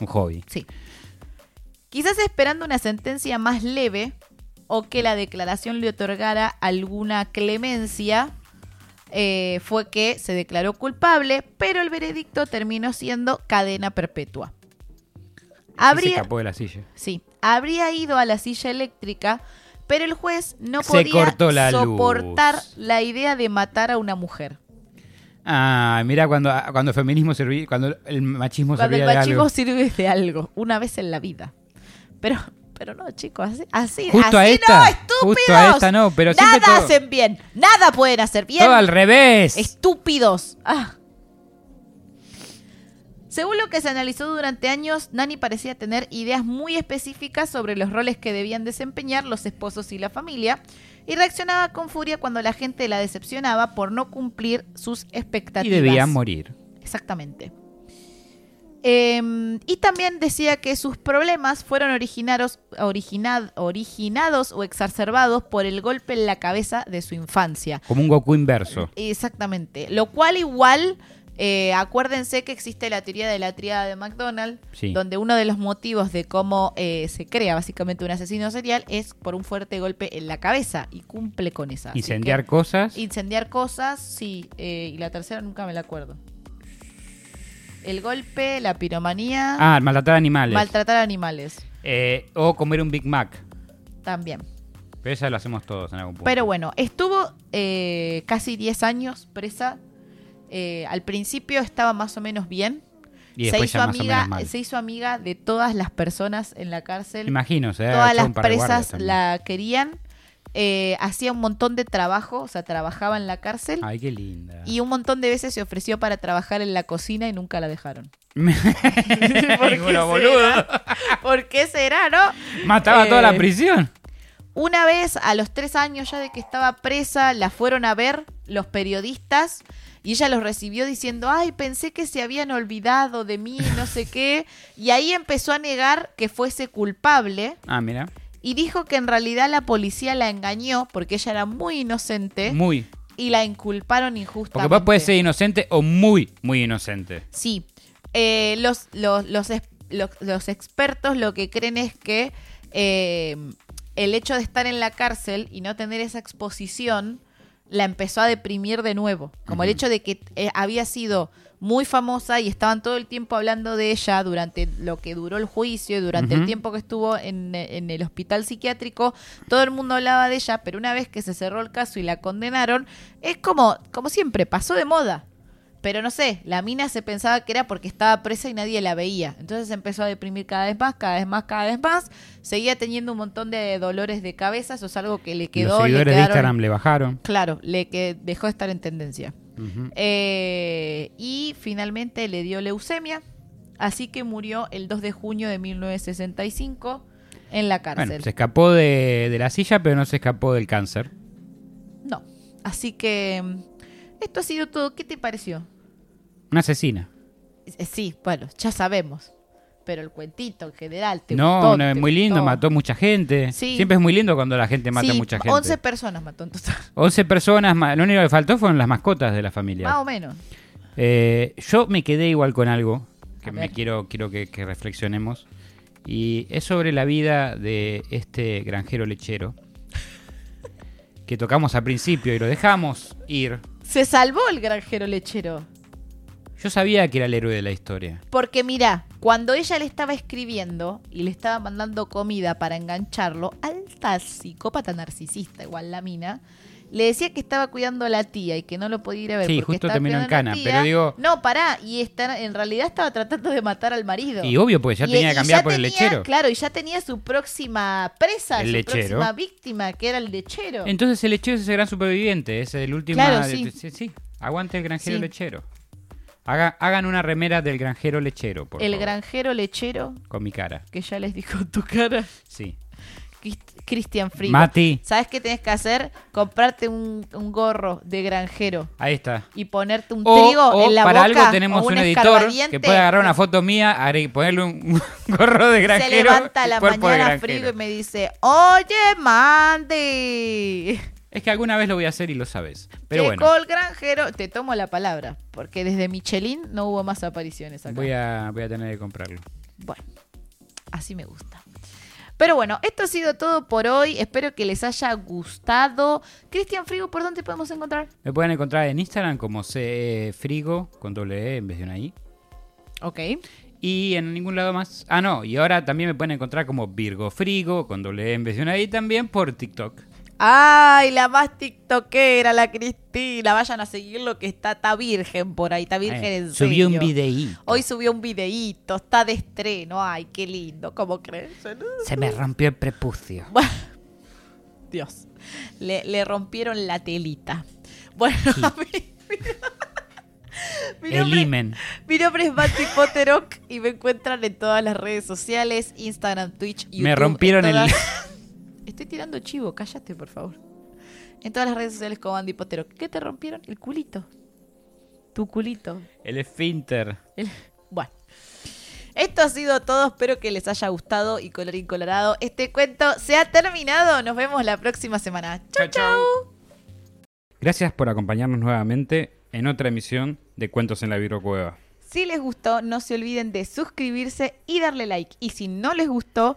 Speaker 2: un hobby.
Speaker 1: Sí. Quizás esperando una sentencia más leve o que la declaración le otorgara alguna clemencia, eh, fue que se declaró culpable, pero el veredicto terminó siendo cadena perpetua.
Speaker 2: Se
Speaker 1: Habría,
Speaker 2: escapó de la silla.
Speaker 1: sí, habría ido a la silla eléctrica, pero el juez no
Speaker 2: Se
Speaker 1: podía
Speaker 2: cortó la
Speaker 1: soportar
Speaker 2: luz.
Speaker 1: la idea de matar a una mujer.
Speaker 2: Ah, mira cuando, cuando el feminismo servía, cuando el machismo
Speaker 1: Cuando el
Speaker 2: servía de
Speaker 1: machismo
Speaker 2: algo.
Speaker 1: sirve de algo, una vez en la vida. Pero, pero no, chicos, así, así,
Speaker 2: Justo a
Speaker 1: así
Speaker 2: esta,
Speaker 1: no, estúpidos.
Speaker 2: justo a esta no, pero siempre
Speaker 1: nada
Speaker 2: todo-
Speaker 1: hacen bien, nada pueden hacer bien.
Speaker 2: Todo al revés.
Speaker 1: Estúpidos. Ah. Según lo que se analizó durante años, Nani parecía tener ideas muy específicas sobre los roles que debían desempeñar los esposos y la familia, y reaccionaba con furia cuando la gente la decepcionaba por no cumplir sus
Speaker 2: Y
Speaker 1: expectativas.
Speaker 2: debían morir.
Speaker 1: Exactamente. Eh, y también decía que sus problemas fueron originaros- originad- originados o exacerbados por el golpe en la cabeza de su infancia.
Speaker 2: Como un Goku inverso.
Speaker 1: Exactamente. Lo cual igual, eh, acuérdense que existe la teoría de la tríada de McDonald,
Speaker 2: Sí.
Speaker 1: donde uno de los motivos de cómo eh, se crea básicamente un asesino serial es por un fuerte golpe en la cabeza y cumple con esa. Así
Speaker 2: Incendiar
Speaker 1: que-
Speaker 2: cosas.
Speaker 1: Incendiar cosas, sí. eh, y la tercera nunca me la acuerdo. El golpe, la piromanía,
Speaker 2: Ah, maltratar animales.
Speaker 1: maltratar animales
Speaker 2: Eh, o comer un Big Mac.
Speaker 1: también.
Speaker 2: Pero eso lo hacemos todos en algún punto.
Speaker 1: Pero bueno, estuvo eh, casi 10 años presa. Eh, al principio estaba más o menos bien.
Speaker 2: y después ya más o
Speaker 1: amiga,
Speaker 2: menos mal.
Speaker 1: se hizo amiga de todas las personas en la cárcel.
Speaker 2: Imagino, se debe
Speaker 1: todas
Speaker 2: haber hecho
Speaker 1: las
Speaker 2: un par de guardias
Speaker 1: presas
Speaker 2: también.
Speaker 1: la querían. Eh, hacía un montón de trabajo, o sea, trabajaba en la cárcel.
Speaker 2: Ay, qué linda.
Speaker 1: Y un montón de veces se ofreció para trabajar en la cocina y nunca la dejaron.
Speaker 2: Bueno,
Speaker 1: será?
Speaker 2: boludo.
Speaker 1: ¿Por qué será, no?
Speaker 2: Mataba a toda
Speaker 1: Eh,
Speaker 2: la prisión.
Speaker 1: Una vez, a los tres años ya de que estaba presa, la fueron a ver los periodistas y ella los recibió diciendo, ay, pensé que se habían olvidado de mí, no sé qué. Y ahí empezó a negar que fuese culpable
Speaker 2: Ah, mira.
Speaker 1: y dijo que en realidad la policía la engañó porque ella era muy inocente
Speaker 2: Muy.
Speaker 1: y la inculparon injustamente.
Speaker 2: Porque vos puede ser inocente o muy, muy inocente.
Speaker 1: Sí. Eh, los, los, los, es- los- los expertos lo que creen es que eh, el hecho de estar en la cárcel y no tener esa exposición la empezó a deprimir de nuevo. Como el
Speaker 2: Ujú.
Speaker 1: hecho de que eh, había sido muy famosa y estaban todo el tiempo hablando de ella durante lo que duró el juicio y durante el
Speaker 2: Ujú.
Speaker 1: tiempo que estuvo en, en el hospital psiquiátrico, todo el mundo hablaba de ella, pero una vez que se cerró el caso y la condenaron, es como, como siempre, pasó de moda. Pero no sé, la mina se pensaba que era porque estaba presa y nadie la veía. Entonces se empezó a deprimir cada vez más, cada vez más, cada vez más. Seguía teniendo un montón de dolores de cabeza, eso es algo que le quedó.
Speaker 2: Los
Speaker 1: le
Speaker 2: seguidores de
Speaker 1: quedaron-
Speaker 2: Instagram le bajaron.
Speaker 1: Claro, le que dejó de estar en tendencia. Eh, y finalmente le dio leucemia, así que murió el 2 de junio de 1965 en la cárcel.
Speaker 2: Bueno, se escapó de, de la silla, pero no se escapó del cáncer.
Speaker 1: No, así que mm, esto ha sido todo. ¿Qué te pareció?
Speaker 2: Una asesina.
Speaker 1: Eh, Sí, bueno, ya sabemos. Pero el cuentito en general te
Speaker 2: no,
Speaker 1: gustó,
Speaker 2: no, es
Speaker 1: te
Speaker 2: muy lindo,
Speaker 1: gustó.
Speaker 2: mató mucha gente.
Speaker 1: Sí.
Speaker 2: Siempre es muy lindo cuando la gente mata
Speaker 1: Sí,
Speaker 2: a mucha gente.
Speaker 1: 11 personas mató en total.
Speaker 2: 11 personas, ma- lo único que faltó fueron las mascotas de la familia.
Speaker 1: Más o menos.
Speaker 2: Eh, yo me quedé igual con algo que
Speaker 1: A
Speaker 2: me
Speaker 1: ver.
Speaker 2: quiero, quiero que, que reflexionemos. Y es sobre la vida de este granjero lechero que tocamos al principio y lo dejamos ir.
Speaker 1: Se salvó el granjero lechero.
Speaker 2: Yo sabía que era el héroe de la historia.
Speaker 1: Porque mira, cuando ella le estaba escribiendo y le estaba mandando comida para engancharlo, alta psicópata narcisista, igual la mina, le decía que estaba cuidando a la tía y que no lo podía ir a ver.
Speaker 2: Sí,
Speaker 1: porque
Speaker 2: justo
Speaker 1: estaba
Speaker 2: terminó en
Speaker 1: cuidando a la
Speaker 2: cana,
Speaker 1: tía.
Speaker 2: pero digo-
Speaker 1: No, pará, y está- en realidad estaba tratando de matar al marido.
Speaker 2: Y obvio, porque ya
Speaker 1: Y- e,
Speaker 2: tenía
Speaker 1: y
Speaker 2: que cambiar
Speaker 1: ya
Speaker 2: por el
Speaker 1: tenía-
Speaker 2: lechero.
Speaker 1: Claro, y ya tenía su próxima presa,
Speaker 2: El
Speaker 1: su
Speaker 2: lechero.
Speaker 1: próxima víctima, que era el lechero.
Speaker 2: Entonces el lechero es ese gran superviviente, es el último.
Speaker 1: Claro,
Speaker 2: de-
Speaker 1: sí.
Speaker 2: sí, sí. aguante el granjero
Speaker 1: Sí.
Speaker 2: lechero. Haga- hagan una remera del granjero lechero, por
Speaker 1: el
Speaker 2: favor,
Speaker 1: granjero lechero,
Speaker 2: Con mi cara,
Speaker 1: que ya les dijo en tu cara.
Speaker 2: sí.
Speaker 1: Crist- Cristian Frigo.
Speaker 2: Mati,
Speaker 1: ¿Sabes qué tenés que hacer? Comprarte un, un gorro de granjero
Speaker 2: ahí está.
Speaker 1: y ponerte un
Speaker 2: O,
Speaker 1: trigo
Speaker 2: o
Speaker 1: en la
Speaker 2: para
Speaker 1: boca
Speaker 2: algo tenemos
Speaker 1: o
Speaker 2: un editor que puede agarrar una
Speaker 1: foto
Speaker 2: foto mía agre- y ponerle un, un gorro de
Speaker 1: Se
Speaker 2: granjero.
Speaker 1: levanta a
Speaker 2: y
Speaker 1: la
Speaker 2: cuerpo de
Speaker 1: mañana
Speaker 2: granjero.
Speaker 1: Frigo y me dice, oye, Mandy,
Speaker 2: Es que alguna vez lo voy a hacer y lo sabes. Pero
Speaker 1: llegó
Speaker 2: bueno,
Speaker 1: el granjero. Te tomo la palabra, porque desde Michelin no hubo más apariciones acá.
Speaker 2: voy a, voy a tener que comprarlo.
Speaker 1: Bueno, así me gusta. Pero bueno, esto ha sido todo por hoy. Espero que les haya gustado. Cristian Frigo, ¿por dónde podemos encontrar?
Speaker 2: Me pueden encontrar en Instagram como C Frigo con doble E en vez de una I.
Speaker 1: Ok.
Speaker 2: Y en ningún lado más. Ah, no. Y ahora también me pueden encontrar como Virgo Frigo con doble E en vez de una I también por TikTok.
Speaker 1: Ay, la más tiktokera, la Cristina. Vayan a seguirlo que está, está virgen por ahí, está virgen
Speaker 2: Eh,
Speaker 1: en
Speaker 2: Subí un
Speaker 1: serio. Oh.
Speaker 2: videí.
Speaker 1: Hoy subió un videíto, está de estreno. Ay, qué lindo, ¿cómo crees?
Speaker 2: Se me rompió el prepucio.
Speaker 1: Bueno, Dios, le, le rompieron la telita. Bueno,
Speaker 2: Sí.
Speaker 1: a mí- mi
Speaker 2: El
Speaker 1: nombre-
Speaker 2: imen.
Speaker 1: Mi nombre es Mati Potterok y me encuentran en todas las redes sociales, Instagram, Twitch, YouTube.
Speaker 2: Me rompieron
Speaker 1: en
Speaker 2: el-
Speaker 1: Estoy tirando chivo, cállate, por favor. En todas las redes sociales como Andy Potterok. ¿Qué te rompieron? El culito. Tu culito.
Speaker 2: El esfínter.
Speaker 1: El- Bueno. Esto ha sido todo, espero que les haya gustado y colorín colorado. Este cuento se ha terminado. Nos vemos la próxima semana. Chau,
Speaker 2: Chau,
Speaker 1: chau.
Speaker 2: chau. Gracias por acompañarnos nuevamente en otra emisión de Cuentos en la Virocueva.
Speaker 1: Si les gustó, no se olviden de suscribirse y darle like. Y si no les gustó,